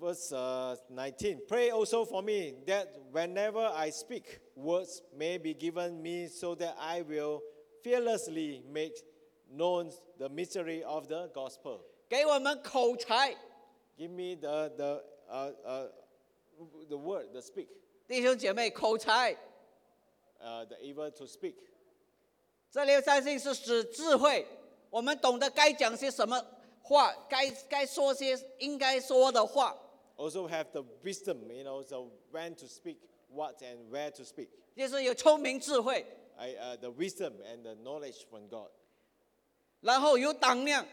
Speaker 1: Verse uh, 19 Pray also for me that whenever I speak, words may be given me so that I will fearlessly make known the mystery of the gospel.
Speaker 2: 给我们口才，
Speaker 1: Give me the, the, uh, uh, the word, the speak.
Speaker 2: 弟兄姐妹，口才
Speaker 1: uh, the evil to speak.
Speaker 2: 这六三性是指智慧，我们懂得该讲些什么话，该该说些应该说的话。
Speaker 1: Also have the wisdom, you know, so when to speak, what and where to speak.
Speaker 2: 就是有聪明智慧，
Speaker 1: I, uh, the wisdom and the knowledge from God.
Speaker 2: 然后有胆量，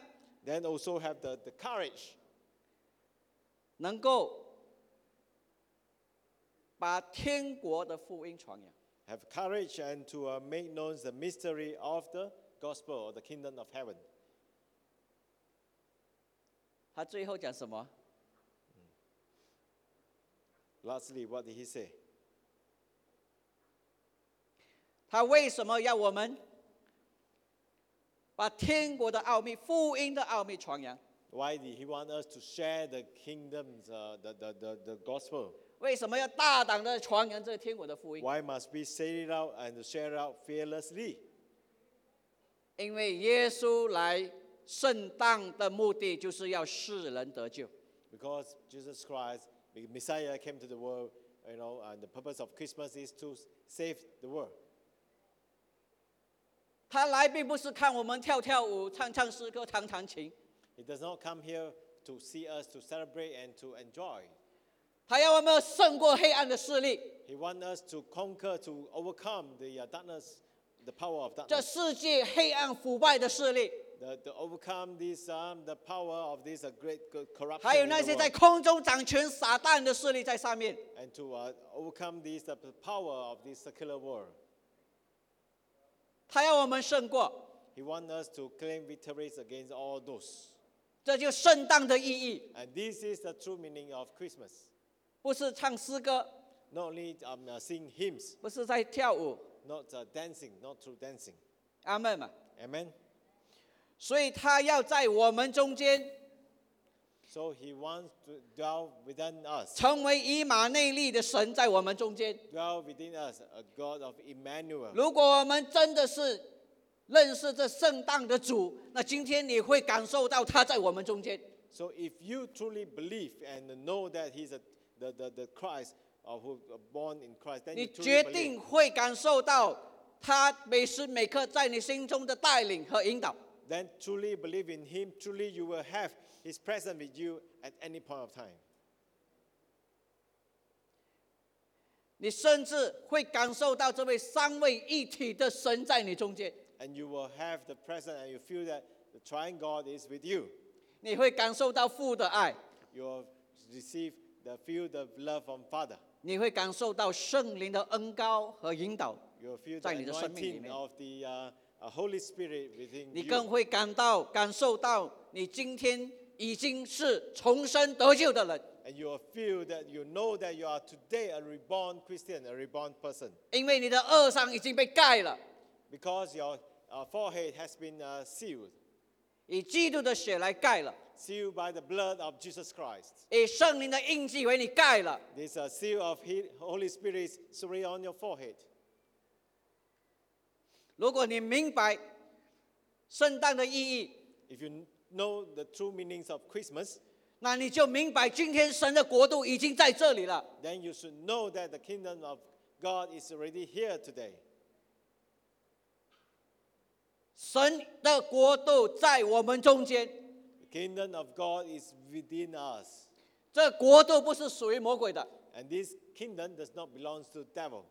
Speaker 1: Then also have the, the courage
Speaker 2: 能够把天国的福音传扬。
Speaker 1: have courage and to uh, make known the mystery of the gospel or the kingdom of heaven.
Speaker 2: 他最后讲什么？
Speaker 1: Lastly, what did he say?
Speaker 2: 他为什么要我们把天国的奥秘、福音的奥秘传扬？
Speaker 1: Why did he want us to share the kingdom's, uh, the, the, the, the gospel?
Speaker 2: 为什么要大胆的传扬这个天国的福音？
Speaker 1: Why must we say it out and share it out fearlessly?
Speaker 2: 因为耶稣来圣诞的目的就是要世人得救。
Speaker 1: Because Jesus Christ, the Messiah, came to the world, you know, and the purpose of Christmas is to save the world.
Speaker 2: 他来并不是看我们跳跳舞、唱唱诗歌、弹弹琴，
Speaker 1: He does not come here to see us to celebrate and to enjoy.
Speaker 2: 他要我们胜过黑暗的势力。
Speaker 1: He wants us to conquer, to overcome the uh, darkness, the power of
Speaker 2: 这
Speaker 1: darkness,
Speaker 2: 世界黑暗腐败的势力，
Speaker 1: the, to overcome this, um, the power of this uh, great co- corruption
Speaker 2: 还有
Speaker 1: in
Speaker 2: 那
Speaker 1: the
Speaker 2: 些
Speaker 1: world,
Speaker 2: 在空中掌权撒旦的势力在上面。
Speaker 1: and to uh, overcome this, uh, the power of this secular world.
Speaker 2: 他要我们胜过，
Speaker 1: He wants us to claim victories against all those.
Speaker 2: 这就圣诞的意义，
Speaker 1: And this is the true meaning of Christmas.
Speaker 2: 不是唱诗歌，
Speaker 1: Not only um, uh, sing hymns,
Speaker 2: 不是在跳舞，
Speaker 1: not uh, dancing, not through dancing.
Speaker 2: 阿门嘛。
Speaker 1: Amen.
Speaker 2: 所以他要在我们中间
Speaker 1: So he wants to dwell within us,
Speaker 2: 成为以马内利的神，在我们中间。
Speaker 1: dwell within us, a God of Emmanuel.
Speaker 2: 如果我们真的是认识这圣诞的主，那今天你会感受到他在我们中间。
Speaker 1: So if you truly believe and know that he's a, the, the, the Christ uh, who uh, born in Christ, then
Speaker 2: 你
Speaker 1: you
Speaker 2: 决
Speaker 1: truly
Speaker 2: 定
Speaker 1: believe.
Speaker 2: 会感受到他每时每刻在你心中的带领和引导。
Speaker 1: Then truly believe in him, truly you will have his presence with you at any point of time.
Speaker 2: 你甚至会感受到这位三位一体的神在你中间，
Speaker 1: And you will have the presence and you feel that the triune God is with you.
Speaker 2: 你会感受到父的爱，
Speaker 1: You will receive the feel the love from Father.
Speaker 2: 你会感受到圣灵的恩高和引导，
Speaker 1: You will feel the
Speaker 2: 在你的生命里面。
Speaker 1: anointing of the uh, uh, Holy Spirit within
Speaker 2: 你更
Speaker 1: you.
Speaker 2: 会感到感受到你今天已经是重生得救的人，
Speaker 1: And you will feel that you know that you are today a reborn Christian, a reborn person.
Speaker 2: 因为你的恶伤已经被盖了，
Speaker 1: Because your uh, forehead has been uh, sealed,
Speaker 2: 以基督的血来盖了，
Speaker 1: sealed by the blood of Jesus Christ.
Speaker 2: 以圣灵的印记为你盖了。
Speaker 1: This uh, seal of He- Holy Spirit is surely on your forehead.
Speaker 2: 如果你明白圣诞的意义，
Speaker 1: If you kn- know the true meanings of Christmas,
Speaker 2: 那你就明白今天神的国度已经在这里了。
Speaker 1: then you should know that the kingdom of God is already here today.
Speaker 2: 神的国度在我们中间，
Speaker 1: The kingdom of God is within us.
Speaker 2: 这国度不是属于魔鬼的。
Speaker 1: And this kingdom does not belong to the devil.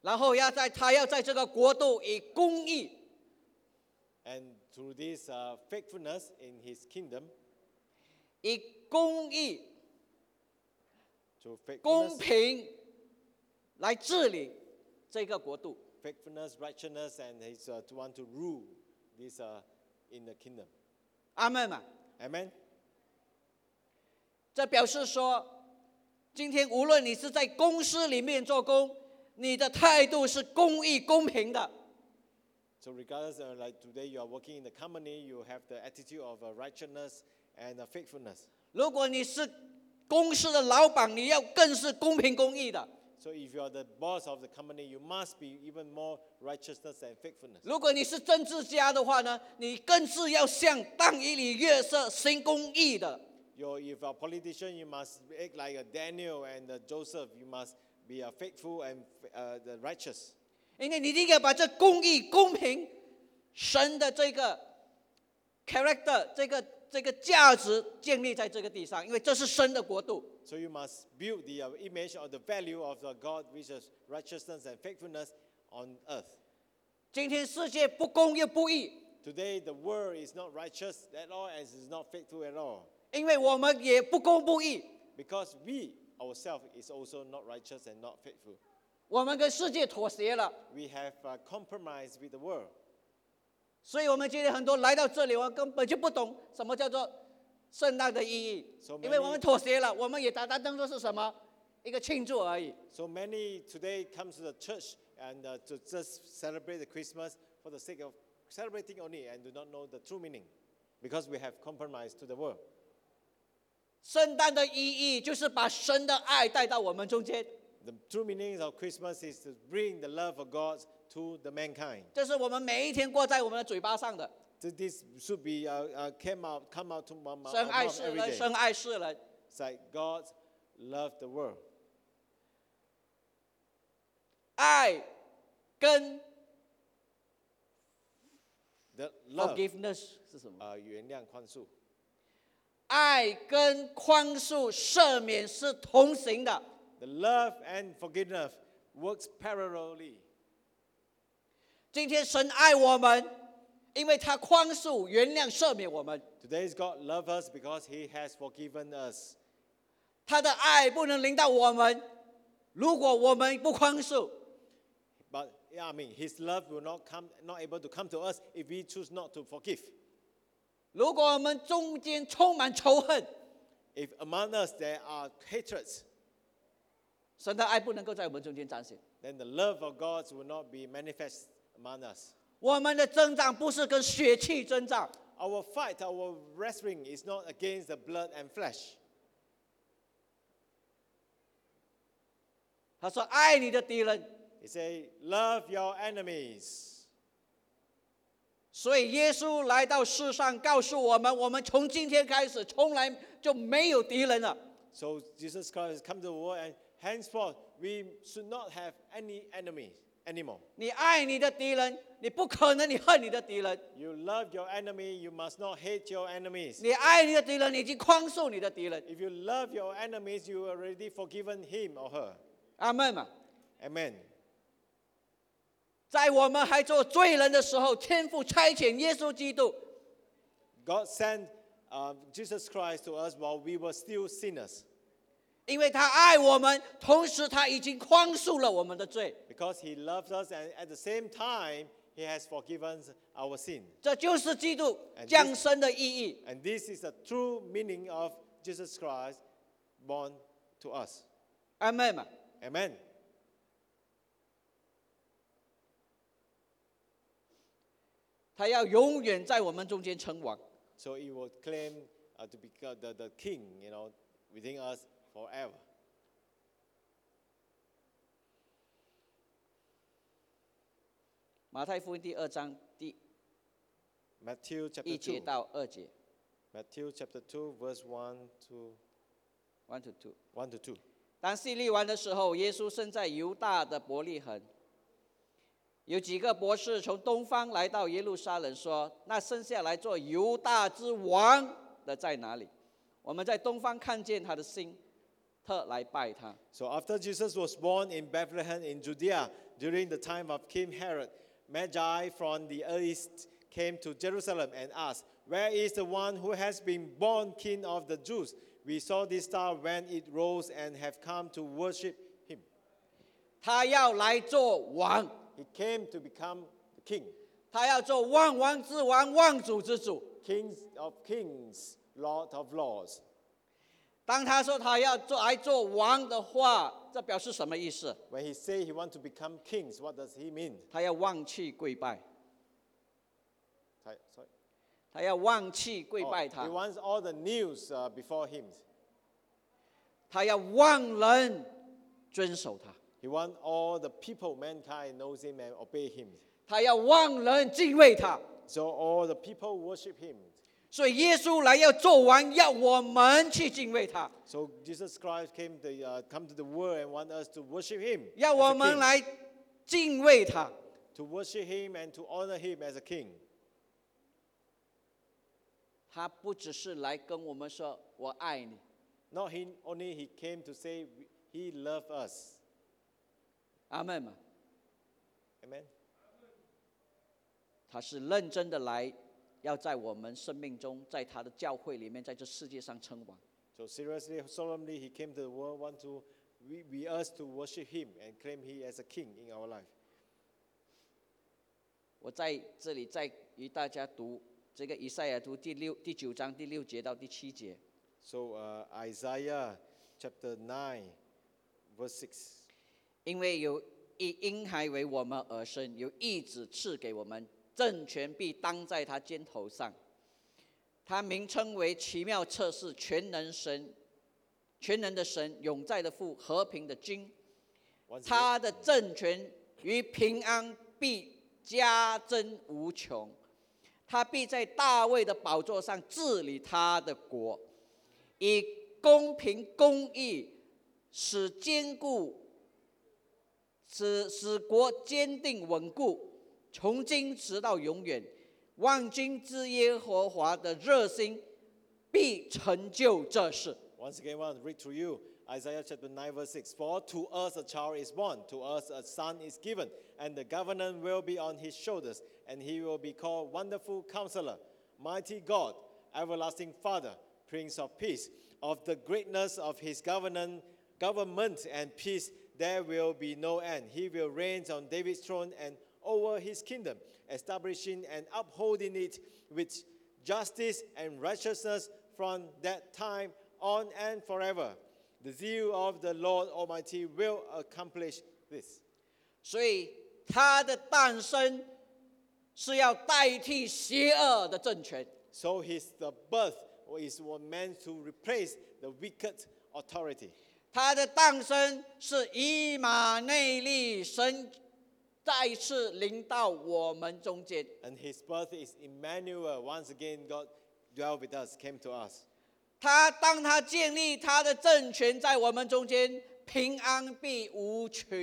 Speaker 2: 然后要在他要在这个国度以公义
Speaker 1: And through this uh, faithfulness in his kingdom,
Speaker 2: 以公义、
Speaker 1: through
Speaker 2: 公
Speaker 1: faithfulness,
Speaker 2: 平来治理这个国度。
Speaker 1: faithfulness righteousness, and he's uh, to want to rule this uh, in the kingdom.
Speaker 2: 阿门嘛。
Speaker 1: Amen.
Speaker 2: 这表示说，今天无论你是在公司里面做工，你的态度是公义、公平的。
Speaker 1: So regardless, uh, like today you are working in the company, you have the attitude of uh, righteousness and uh, faithfulness.
Speaker 2: 如果你是公司的老板，你要更是公平公义的。
Speaker 1: So if you are the boss of the company, you must be even more righteousness and faithfulness.
Speaker 2: 如果你是政治家的话呢，你更是要像但以理、约瑟行公义的。
Speaker 1: You're, if you're a politician, you must act like a Daniel and a Joseph. You must be a faithful and uh, the righteous.
Speaker 2: 因为你应该把这公义、公平、神的这个 character、这个这个价值建立在这个地上，因为这是神的国度。
Speaker 1: So you must build the uh, image or the value of the God, which is righteousness and faithfulness on earth.
Speaker 2: 今天世界不公又不义，
Speaker 1: Today, the world is not righteous at all and is not faithful at all
Speaker 2: 因为我们也不公不义，
Speaker 1: because we ourselves is also not righteous and not faithful.
Speaker 2: 我们跟世界妥协了。
Speaker 1: We have uh, compromised with the world.
Speaker 2: 所以我们今天很多来到这里，我根本就不懂什么叫做圣诞的意义
Speaker 1: So，many-
Speaker 2: 因为我们妥协了，我们也把它当做是什么一个庆祝而已。
Speaker 1: So many today comes to the church and uh, to just celebrate the Christmas for the sake of celebrating only and do not know the true meaning because we have compromised to the world.
Speaker 2: 圣诞的意义就是把神的爱带到我们中间，
Speaker 1: The true meaning of Christmas is to bring the love of God to the mankind.
Speaker 2: 这是我们每一天过在我们的嘴巴上的。
Speaker 1: So this should be uh, uh, came out come out to my mouth
Speaker 2: 神爱
Speaker 1: mouth
Speaker 2: 世
Speaker 1: every
Speaker 2: 人，
Speaker 1: day.
Speaker 2: 神爱世人。
Speaker 1: It's like God loved the world.
Speaker 2: 爱跟
Speaker 1: The love,
Speaker 2: forgiveness 是什么？
Speaker 1: uh, 原谅宽恕，
Speaker 2: 爱跟宽恕、赦免是同行的。
Speaker 1: the love and forgiveness works parallelly.
Speaker 2: 今天神爱我们，因为他宽恕、原谅、赦免我们。
Speaker 1: Today's God loves us because He has forgiven us.
Speaker 2: 他的爱不能临到我们，如果我们不宽恕，
Speaker 1: But yeah, I mean, His love will not come, not able to come to us if we choose not to forgive.
Speaker 2: 如果我们中间充满仇恨，
Speaker 1: If among us there are hatreds,
Speaker 2: 神的爱不能够在我们中间彰显。
Speaker 1: then the love of God will not be manifest among us.
Speaker 2: 我们的征战不是跟血气征战，
Speaker 1: Our fight, our wrestling is not against the blood and flesh.
Speaker 2: 他说爱你的敌人，
Speaker 1: He say, love your enemies.
Speaker 2: 所以耶稣来到世上告诉我们，我们从今天开始从来就没有敌人了。
Speaker 1: So Jesus Christ has come to the world, and henceforth we should not have any enemy anymore.
Speaker 2: 你爱你的敌人，你不可能你恨你的敌人；
Speaker 1: You love your enemy, you must not hate your enemies.
Speaker 2: 你爱你的敌人，你已经宽恕你的敌人。
Speaker 1: If you love your enemies, you already forgiven him or her.
Speaker 2: 阿门嘛。
Speaker 1: Amen.
Speaker 2: 在我们还做罪人的时候，天父差遣耶稣基督
Speaker 1: God sent uh, Jesus Christ to us while we were still sinners
Speaker 2: 因为他爱我们，同时他已经宽恕了我们的罪，
Speaker 1: because he loves us, and at the same time, he has forgiven our sin.
Speaker 2: 这就是基督
Speaker 1: And this-
Speaker 2: 降生的意义。
Speaker 1: And this is the true meaning of Jesus Christ born to us.
Speaker 2: 阿妹嘛，
Speaker 1: Amen.
Speaker 2: 他要永远在我们中间称王。
Speaker 1: So he will claim uh, to be uh, the, the king, you know, within us forever.
Speaker 2: 马太福音第二章第
Speaker 1: Matthew chapter
Speaker 2: 一
Speaker 1: 2.
Speaker 2: 节到二节
Speaker 1: Matthew chapter 2, verse 1 to
Speaker 2: ，one to two。
Speaker 1: 1 to 2.
Speaker 2: 当洗利完的时候，耶稣身在犹大的伯利恒。有几个博士从东方来到耶路撒冷，说：“那生下来做犹大之王的在哪里？我们在东方看见他的心，特来拜他。
Speaker 1: So after Jesus was born in Bethlehem in Judea during the time of King Herod, Magi from the east came to Jerusalem and asked, Where is the one who has been born king of the Jews? We saw this star when it rose and have come to worship him.
Speaker 2: 他要来做王，
Speaker 1: He came to become the king,
Speaker 2: 他要做万王之王、万主之主。
Speaker 1: kings of kings, lord of lords.
Speaker 2: 当他说他要做来做王的话，这表示什么意思？
Speaker 1: When he say he want to become kings, what does he mean?
Speaker 2: 他要忘弃跪拜，
Speaker 1: Tai- Sorry.
Speaker 2: 他要忘弃跪
Speaker 1: Oh,
Speaker 2: 拜他
Speaker 1: he，wants all the news uh, before him.
Speaker 2: 他要忘人遵守他。
Speaker 1: He wants all the people, mankind, knows him and obey him.
Speaker 3: 他要万人敬畏他。
Speaker 1: So all the people worship him.
Speaker 3: 所以耶稣来要做完，要我们去敬畏他，
Speaker 1: So Jesus Christ came to uh, come to the world and want us to worship him.
Speaker 3: 要
Speaker 1: as a
Speaker 3: 我们
Speaker 1: king,
Speaker 3: 来敬畏他。
Speaker 1: to worship him and to honor him as a king.
Speaker 2: 他不只是来跟我们说“我爱你
Speaker 1: Not he only he came to say he loved us. ”，
Speaker 2: 阿门嘛，
Speaker 1: Amen.
Speaker 2: 他是认真的来，要在我们生命中，在他的教会里面，在这世界上称王。
Speaker 1: So seriously, solemnly, he came to the world want to we, we us to worship him and claim he as a king in our life.
Speaker 2: 我在这里再与大家读这个以赛亚书第六第九章第六节到第七节。
Speaker 1: So uh, Isaiah chapter nine, verse six.
Speaker 2: 因为有一婴孩为我们而生，有一子赐给我们，政权必当在他肩头上。他名称为奇妙测试全能神，全能的神，永在的父，和平的君。
Speaker 1: Once again.
Speaker 2: 他的政权与平安必加增无穷，他必在大卫的宝座上治理他的国，以公平公义使坚固，使使国坚定稳固，从今直到永远。万军之耶和华的热心必成就这事。
Speaker 1: Once again, I want to read to you Isaiah chapter 9, verse 6. For to us a child is born, to us a son is given, and the government will be on his shoulders, and he will be called Wonderful Counselor, Mighty God, Everlasting Father, Prince of Peace. Of the greatness of his government, government and peace, there will be no end. He will reign on David's throne and over his kingdom, establishing and upholding it with justice and righteousness from that time on and forever. The zeal of the Lord Almighty will accomplish this.
Speaker 2: 所以他的诞生是要代替邪恶的政权，
Speaker 1: So his the birth is what meant to replace the wicked authority.
Speaker 2: 他的诞生是以马内利神再次临到我们中间。
Speaker 1: And his birth is Emmanuel. Once again, God dwelt with us, came to us.
Speaker 2: 他当他建立他的政权在我们中间，平安必无穷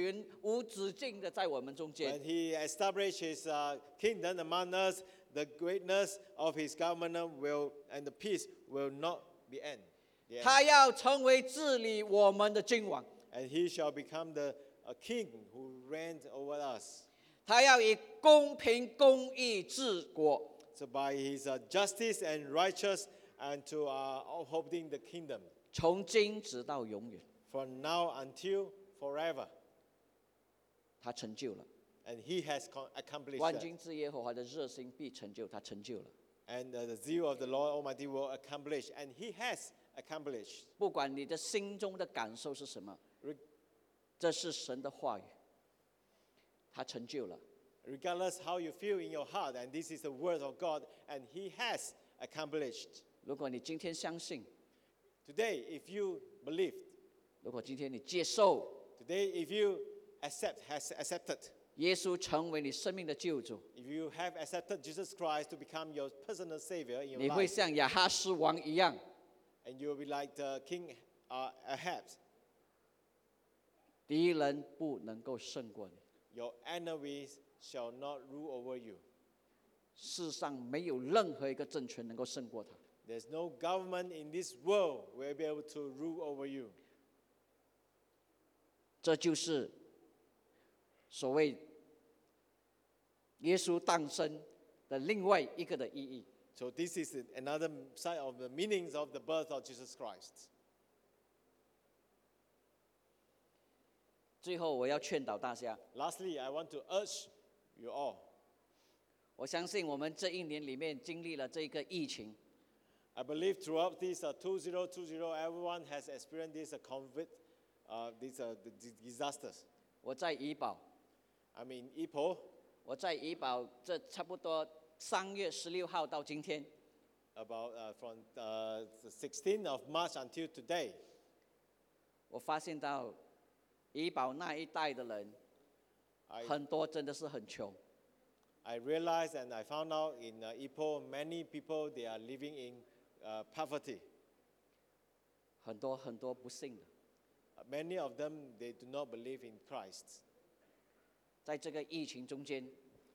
Speaker 2: 无止境的在我们中间
Speaker 1: When。he established his uh, kingdom among us, the greatness of his government will and the peace will not be end. The end.
Speaker 2: 他要成为治理我们的君王，
Speaker 1: And he shall become the a king who reigns over us.
Speaker 2: 他要以公平公义治国。
Speaker 1: So by his uh, justice and righteous and to uh, upholding the kingdom
Speaker 2: 从今直到永远，
Speaker 1: from now until forever.
Speaker 2: 他成就了。
Speaker 1: And he has co- accomplished
Speaker 2: 万
Speaker 1: that.
Speaker 2: 军之耶和华的热心必成就，他成就了。
Speaker 1: And uh, the zeal of the Lord Almighty will accomplish. And he has accomplished.
Speaker 2: 不管你的心中的感受是什么，
Speaker 1: Re-
Speaker 2: 这是神的话语，他成就了。
Speaker 1: regardless how you feel in your heart, and this is the word of God, and he has accomplished.
Speaker 2: 如果你今天相信，
Speaker 1: Today, if you believe,
Speaker 2: 如果今天你接受
Speaker 1: today, if you accept, has accepted,
Speaker 2: 耶稣成为你生命的救主，
Speaker 1: if you have accepted Jesus Christ to become your personal savior in your
Speaker 2: 你会
Speaker 1: life,
Speaker 2: 像亚哈斯王一样，
Speaker 1: and you will be like the king uh, Ahab,
Speaker 2: 敌人不能够胜过你，
Speaker 1: your enemies shall not rule over you.
Speaker 2: 世上没有任何一个政权能够胜过他。
Speaker 1: There's no government in this world will be able to rule over you.
Speaker 2: 这就是所谓耶稣诞生的另外一个的意义。
Speaker 1: So this is another side of the meanings of the birth of Jesus Christ.
Speaker 2: 最后，我要劝导大家，
Speaker 1: Lastly, I want to urge you all.
Speaker 2: 我相信我们这一年里面经历了这个疫情，
Speaker 1: I believe throughout this uh, 2020, everyone has experienced this uh, COVID, uh, these uh, the di- disasters.
Speaker 2: 我在怡保，
Speaker 1: I mean, Ipoh,
Speaker 2: 我在怡保这差不多三月十六号到今天，
Speaker 1: about uh, from uh, the 16th of March until today,
Speaker 2: 我发现到怡保那一代的人，
Speaker 1: I,
Speaker 2: 很多真的是很穷，
Speaker 1: I realized and I found out in uh, Ipoh, many people, they are living in uh, poverty.
Speaker 2: 很多很多不幸的。
Speaker 1: Many of them, they do not believe in Christ.
Speaker 2: 在这个疫情中间，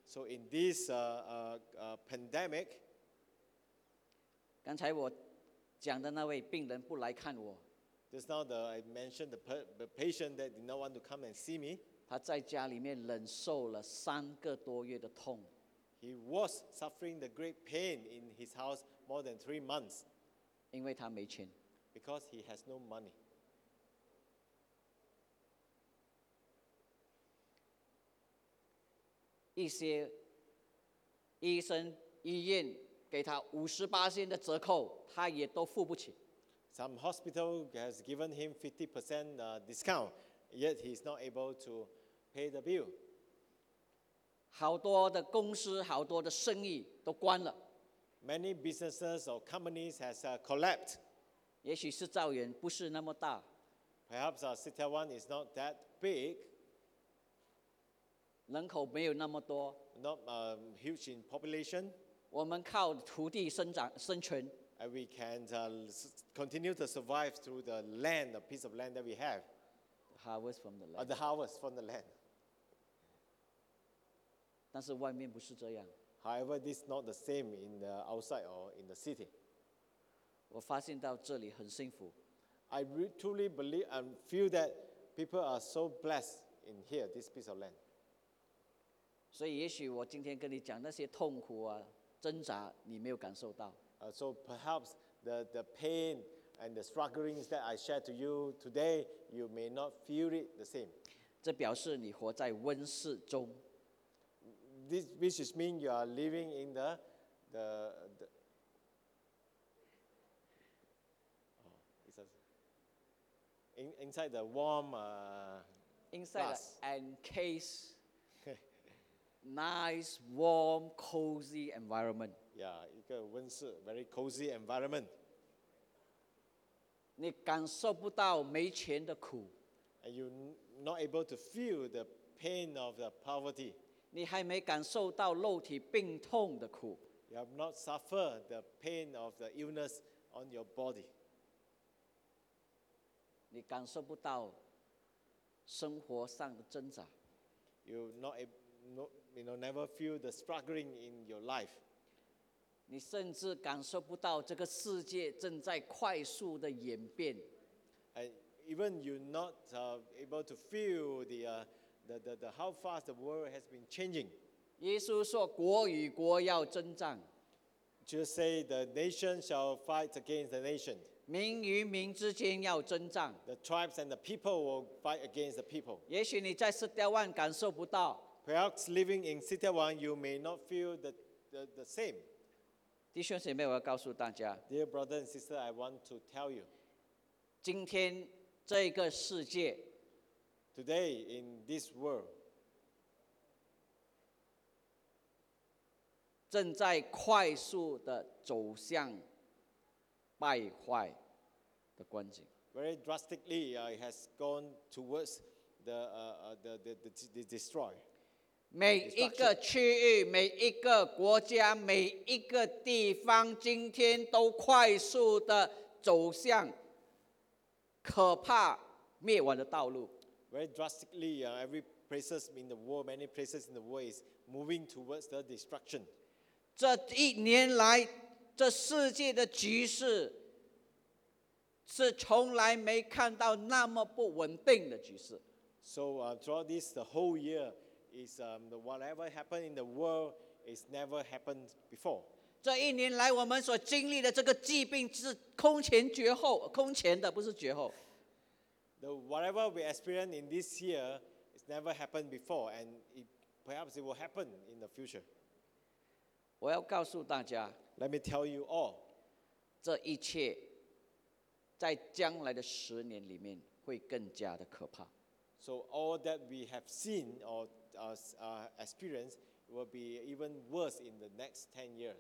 Speaker 1: So in this uh, uh, uh, pandemic,
Speaker 2: 刚才我讲的那位病人不来看我，
Speaker 1: just now the, I mentioned the, per, the patient that did not want to come and see me.
Speaker 2: 他在家里面忍受了三个多月的痛，
Speaker 1: He was suffering the great pain in his house more than three months
Speaker 2: 因为他没钱。
Speaker 1: because he has no money.
Speaker 2: 一些医生、医院给他五十八线的折扣，他也都付不起。
Speaker 1: Some hospital has given him 50% uh, discount, yet he's not able to pay the bill.
Speaker 2: 好多的公司、好多的生意都关了，
Speaker 1: Many businesses or companies has uh, collapsed.
Speaker 2: 也许是造园不是那么大，
Speaker 1: Perhaps uh, Sitawan is not that big,
Speaker 2: 人口没有那么多，
Speaker 1: not um, huge in population,
Speaker 2: 我们靠土地生长生存，
Speaker 1: and we can uh, s- continue to survive through the land, the piece of land that we have,
Speaker 2: harvest from the
Speaker 1: uh,
Speaker 2: land。
Speaker 1: the harvest from the land.
Speaker 2: 但是外面不是这样。
Speaker 1: However, this is not the same in the outside or in the city.
Speaker 2: 我发现到这里很幸福，
Speaker 1: I re- truly believe and feel that people are so blessed in here, this piece of land.
Speaker 2: 所以也许我今天跟你讲那些痛苦啊、挣扎，你没有感受到。
Speaker 1: Uh, so perhaps the, the pain and the strugglings that I shared to you today, you may not feel it the same.
Speaker 2: 这表示你活在温室中，
Speaker 1: This, which is mean you are living in the, the, the oh, it's a- in, inside the warm, uh,
Speaker 2: inside
Speaker 1: Glass.
Speaker 2: and case nice, warm, cozy environment。
Speaker 1: yeah, 一个温室 very cozy environment.
Speaker 2: 你感受不到没钱的苦，
Speaker 1: And you're n- not able to feel the pain of the poverty.
Speaker 2: 你还没感受到肉体病痛的苦，
Speaker 1: You have not suffered the pain of the illness on your body.
Speaker 2: 你感受不到生活上的挣扎，
Speaker 1: you not ab- no, you know never feel the struggling in your life
Speaker 2: 你甚至感受不到这个世界正在快速的演变。
Speaker 1: and even you're not uh, able to feel the, uh, the, the, the how fast the world has been changing
Speaker 2: 耶稣说：“国与国要征战，
Speaker 1: just say the nation shall fight against the nation
Speaker 2: 民与民之间要征战。
Speaker 1: the tribes and the people will fight against the people
Speaker 2: 也许你在斯德万感受不到，
Speaker 1: perhaps living in city one you may not feel the, the, the same
Speaker 2: 弟兄姐妹，我要告诉大家，
Speaker 1: dear brother and sister i want to tell you
Speaker 2: 今天这个世界
Speaker 1: today in this world
Speaker 2: 正在快速的走向败坏的光景。
Speaker 1: very drastically uh, it has gone towards the, uh, uh, the, the, the, the destroy.
Speaker 2: 每一个区域、每一个国家、每一个地方，今天都快速的走向可怕灭亡的道路。
Speaker 1: Very drastically, uh, every places in the world, many places in the world is moving towards the destruction.
Speaker 2: 这一年来，这世界的局势是从来没看到那么不稳定的局势。
Speaker 1: So uh, throughout this, the whole year is um, the, whatever happened in the world is never happened before.
Speaker 2: 这一年来，我们所经历的这个疾病是空前绝后，空前的不是绝后。
Speaker 1: The, whatever we experience in this year is never happened before, and it, perhaps it will happen in the future.
Speaker 2: 我要告诉大家，
Speaker 1: Let me tell you all.
Speaker 2: 这一切在将来的十年里面会更加的可怕。
Speaker 1: So all that we have seen or uh, s- uh, experienced will be even worse in the next 10 years.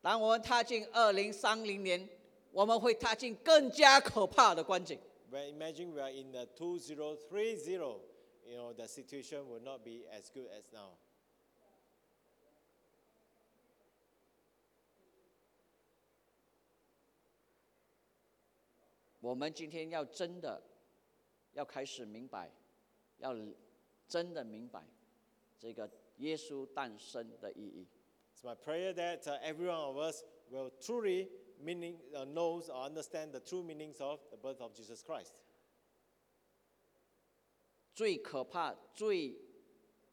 Speaker 2: 当我们踏进二零三零年，我们会踏进更加可怕的光景。
Speaker 1: But imagine we are in the 2030, you know, the situation will not be as good as now.
Speaker 2: 我们今天要真的要开始明白，要真的明白这个耶稣诞生的意义。
Speaker 1: It's my prayer that uh, every one of us will truly meaning, uh, knows or understand the true meanings of the birth of Jesus Christ.
Speaker 2: 最可怕、最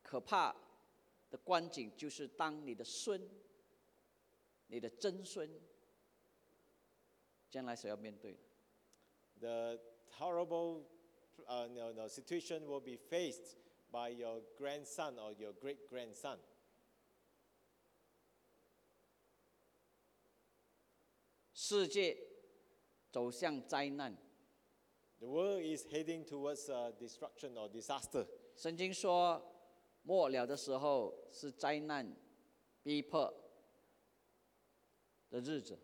Speaker 2: 可怕的光景，就是当你的孙、你的曾孙将来所要面对的。
Speaker 1: The horrible uh, no, no, situation will be faced by your grandson or your great grandson.
Speaker 2: 世界走向灾难。
Speaker 1: The world is heading towards uh, destruction or disaster.
Speaker 2: 圣经说，末了的时候是灾难、逼迫的日子。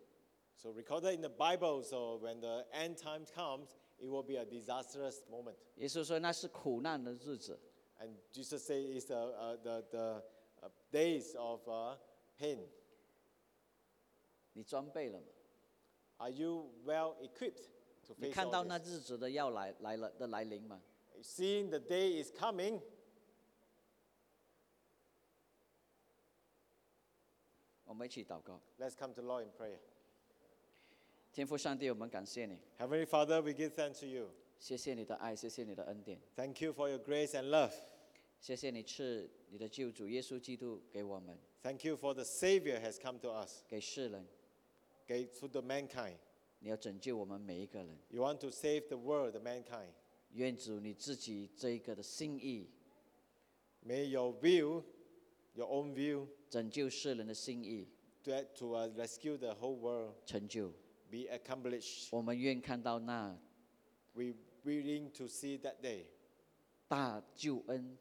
Speaker 1: So, recorded in the Bible, so when the end time comes, it will be a disastrous moment.
Speaker 2: 耶稣说那是苦难的日子。
Speaker 1: And Jesus says it's the, uh, the, the uh, days of uh, pain.
Speaker 2: 你装备了吗？
Speaker 1: Are you well equipped to
Speaker 2: 你
Speaker 1: face
Speaker 2: 看
Speaker 1: all
Speaker 2: 到那
Speaker 1: this?
Speaker 2: 日子的要来来了的来临吗？
Speaker 1: Seeing the day is coming,
Speaker 2: 我们一起祷告，
Speaker 1: let's come to Lord in prayer.
Speaker 2: 天父上帝，我们感谢你，
Speaker 1: Heavenly Father, we give thanks to you.
Speaker 2: 谢谢你的爱，谢谢你的恩典，
Speaker 1: Thank you for your grace and love.
Speaker 2: 谢谢你赐你的救主耶稣基督给我们，
Speaker 1: Thank you for the Savior has come to us,
Speaker 2: 给世人，
Speaker 1: okay, to the mankind.
Speaker 2: 你要拯救我们每一个人。
Speaker 1: You want to save the world, the mankind.
Speaker 2: 愿主你自己这一个的心意，
Speaker 1: May your will, your own will,
Speaker 2: 拯救世人的心意
Speaker 1: to, to uh, rescue the whole world
Speaker 2: 成就。
Speaker 1: be accomplished.
Speaker 2: 我们愿看到那
Speaker 1: We willing to see that day,
Speaker 2: 大救恩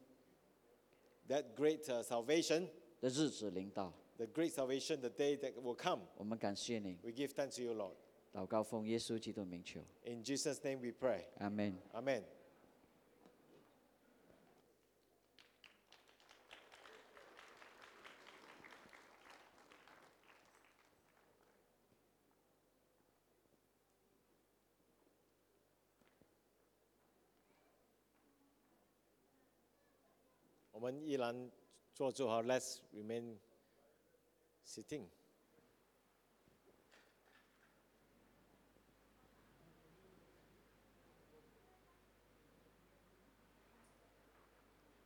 Speaker 1: that great uh, salvation,
Speaker 2: 的日子临到。
Speaker 1: the great salvation, the day that will come.
Speaker 2: 我们感谢你，
Speaker 1: We give thanks to you, Lord.
Speaker 2: 祷告奉耶稣基督的名求，
Speaker 1: In Jesus' name we pray.
Speaker 2: 阿门。
Speaker 1: Amen. let let's remain sitting.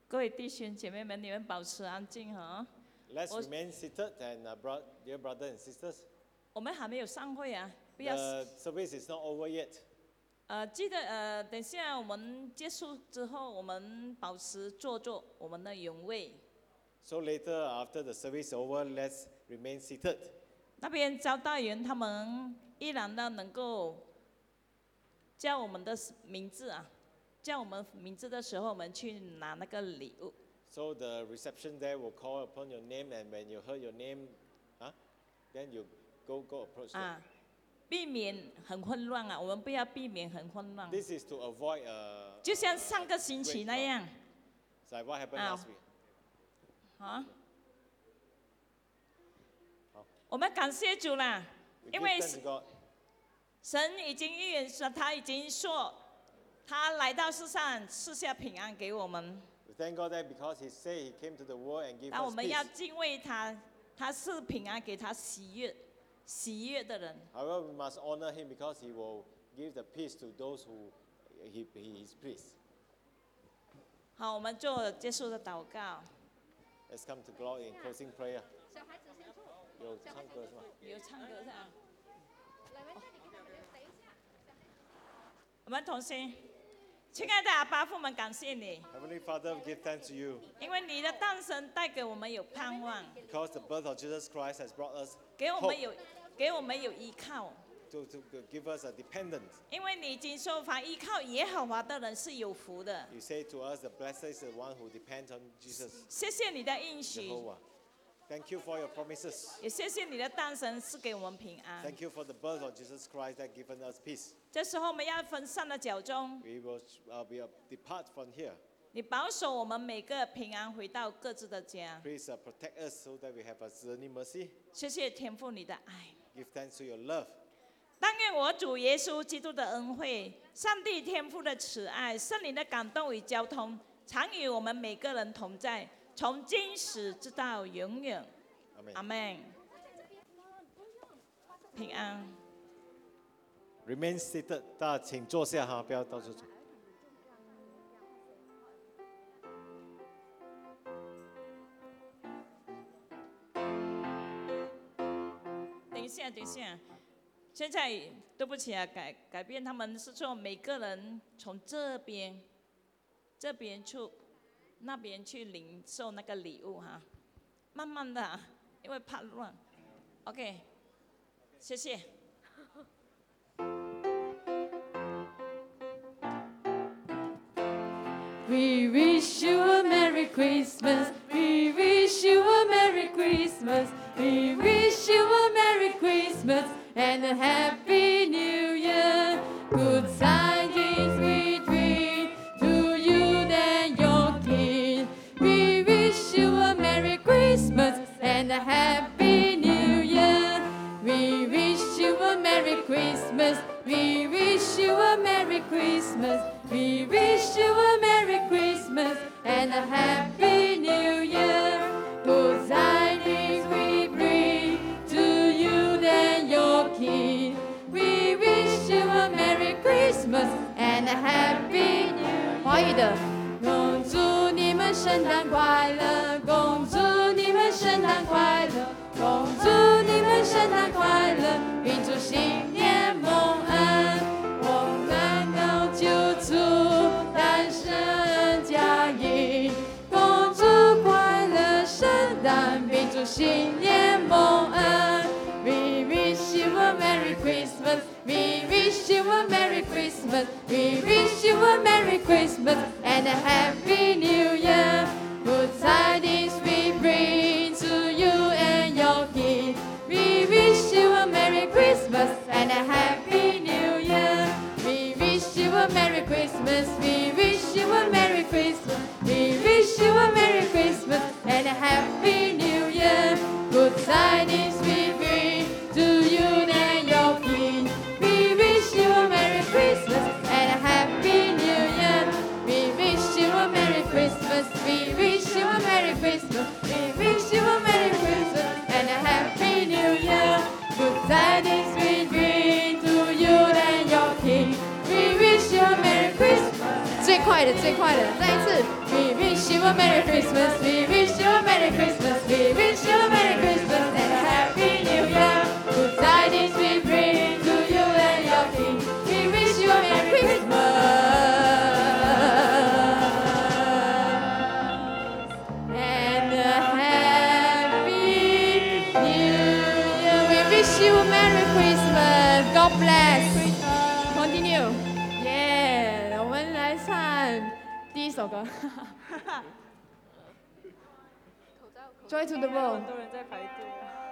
Speaker 4: 各位弟兄姐妹们，你们保持安静哈。
Speaker 1: Let's
Speaker 4: 我-
Speaker 1: remain seated and uh, bro- dear brother and sisters,
Speaker 4: 我们还没有散会啊，不要
Speaker 1: the service is not over yet.
Speaker 4: 呃，记得呃，等下我们结束之后，我们保持坐坐我们的原位。
Speaker 1: So later, after the service over, let's remain seated.
Speaker 4: 那边招待员他们依然呢能够叫我们的名字啊，叫我们名字的时候，我们去拿那个礼物。
Speaker 1: So the reception there will call upon your name, and when you heard your name, huh, then you go go approach them.
Speaker 4: 啊，避免很混乱啊，我们不要避免很混乱，
Speaker 1: This is to avoid uh,
Speaker 4: 就像上个星
Speaker 1: great
Speaker 4: 期那
Speaker 1: crowd.
Speaker 4: 样
Speaker 1: It's like what happened
Speaker 4: Ah.
Speaker 1: last week.
Speaker 4: 啊。我们感谢主啦
Speaker 1: We，
Speaker 4: 因
Speaker 1: give
Speaker 4: 为
Speaker 1: thanks to God.
Speaker 4: 神已经预言说，他已经说，他来到世上赐下平安给我们，
Speaker 1: We thank God that because He said He came to the world and gave
Speaker 4: 但我
Speaker 1: us
Speaker 4: 们要
Speaker 1: peace.
Speaker 4: 敬畏他，他是平安给他喜悦，喜悦的人。
Speaker 1: However, we must honor Him because He will give the peace to those who He, he is pleased.
Speaker 4: 好，我们做结束的祷告。
Speaker 1: Let's come to God in closing prayer.
Speaker 5: 小孩子先坐，
Speaker 1: 有唱歌是吗？
Speaker 4: 有唱歌的啊，
Speaker 5: 磊文这里给他们留，等一下。
Speaker 4: 我们同心。亲爱的阿爸父们，感谢你，
Speaker 1: Heavenly Father, we give thanks to you
Speaker 4: 因为你的诞生带给我们有盼望，
Speaker 1: because the birth of Jesus Christ has brought us
Speaker 4: 给我
Speaker 1: hope
Speaker 4: 们有给我们有依靠，
Speaker 1: to, to to give us a dependence.
Speaker 4: 因为你已经说凡依靠耶和华的人是有福的。
Speaker 1: You say to us, the blessed is the one who depends on Jesus,
Speaker 4: 谢谢你的应许。
Speaker 1: Jehovah. Thank you for your promises.
Speaker 4: 也谢谢你的诞生是给我们平安。
Speaker 1: Thank you for the birth of Jesus Christ that given us peace.
Speaker 4: 这时候我们要分散的脚中，
Speaker 1: We will uh, we will depart from here.
Speaker 4: 你保守我们每个平安回到各自的家。
Speaker 1: Please uh, protect us so that we have a journey mercy.
Speaker 4: 谢谢天父你的爱。
Speaker 1: Give thanks to your love.
Speaker 4: 但愿我主耶稣基督的恩惠、上帝天父的慈爱、圣灵的感动与交通，常与我们每个人同在，从今时直到永远。
Speaker 1: Amen.
Speaker 4: 阿门。平安。
Speaker 1: Remain seated. 大家请坐下哈，不要到处走。
Speaker 4: 等一下，等一下。现在对不起啊，改改变他们是说每个人从这边、这边去、那边去领受那个礼物哈、慢慢的啊、因为怕乱。OK，谢谢。
Speaker 6: We wish you a Merry Christmas. We wish you a Merry Christmas. We wish you a Merry Christmas and a Happy New Year. Good tidings we bring to you and your kin. We wish you a Merry Christmas and a Happy New Year. We wish you a Merry Christmas. We wish you a Merry Christmas. We wish you a Merry Christmas and a Happy New Year. Good tidings we bring to you and your kin. We wish you a Merry Christmas and a Happy New Year. 公祝你们圣诞快乐，公祝你们圣诞快乐，公祝你们圣诞快乐，并祝新年蒙恩，我们能救主诞生佳音，公祝快乐圣诞，并祝新年蒙恩。We wish you a Merry Christmas. We wish you a Merry Christmas. We wish you a Merry Christmas and a Happy New Year. Good tidings we bring to you and your kin. We wish you a Merry Christmas and a Happy New Year. We wish you a Merry Christmas. We wish you a Merry Christmas. We wish you a Merry Christmas and a Happy New Year. Good tidings we bring to you and your king. We wish you a Merry Christmas and a Happy New Year. We wish you a Merry Christmas. We wish you a Merry Christmas. We wish you a Merry Christmas and a Happy New Year. Good tidings we bring to you and your king. We wish you a Merry Christmas. 最快的，最快的，再一次。We wish you a Merry Christmas. We wish you a Merry Christmas. We wish you a Merry Christmas and a Happy New Year. Good tidings we bring to you and your king. We wish you a Merry Christmas. And a happy new year. We wish you a Merry Christmas. God bless. Continue. Yeah，我们来唱第一首歌。Joy to the world。
Speaker 7: 很多人在排队啊。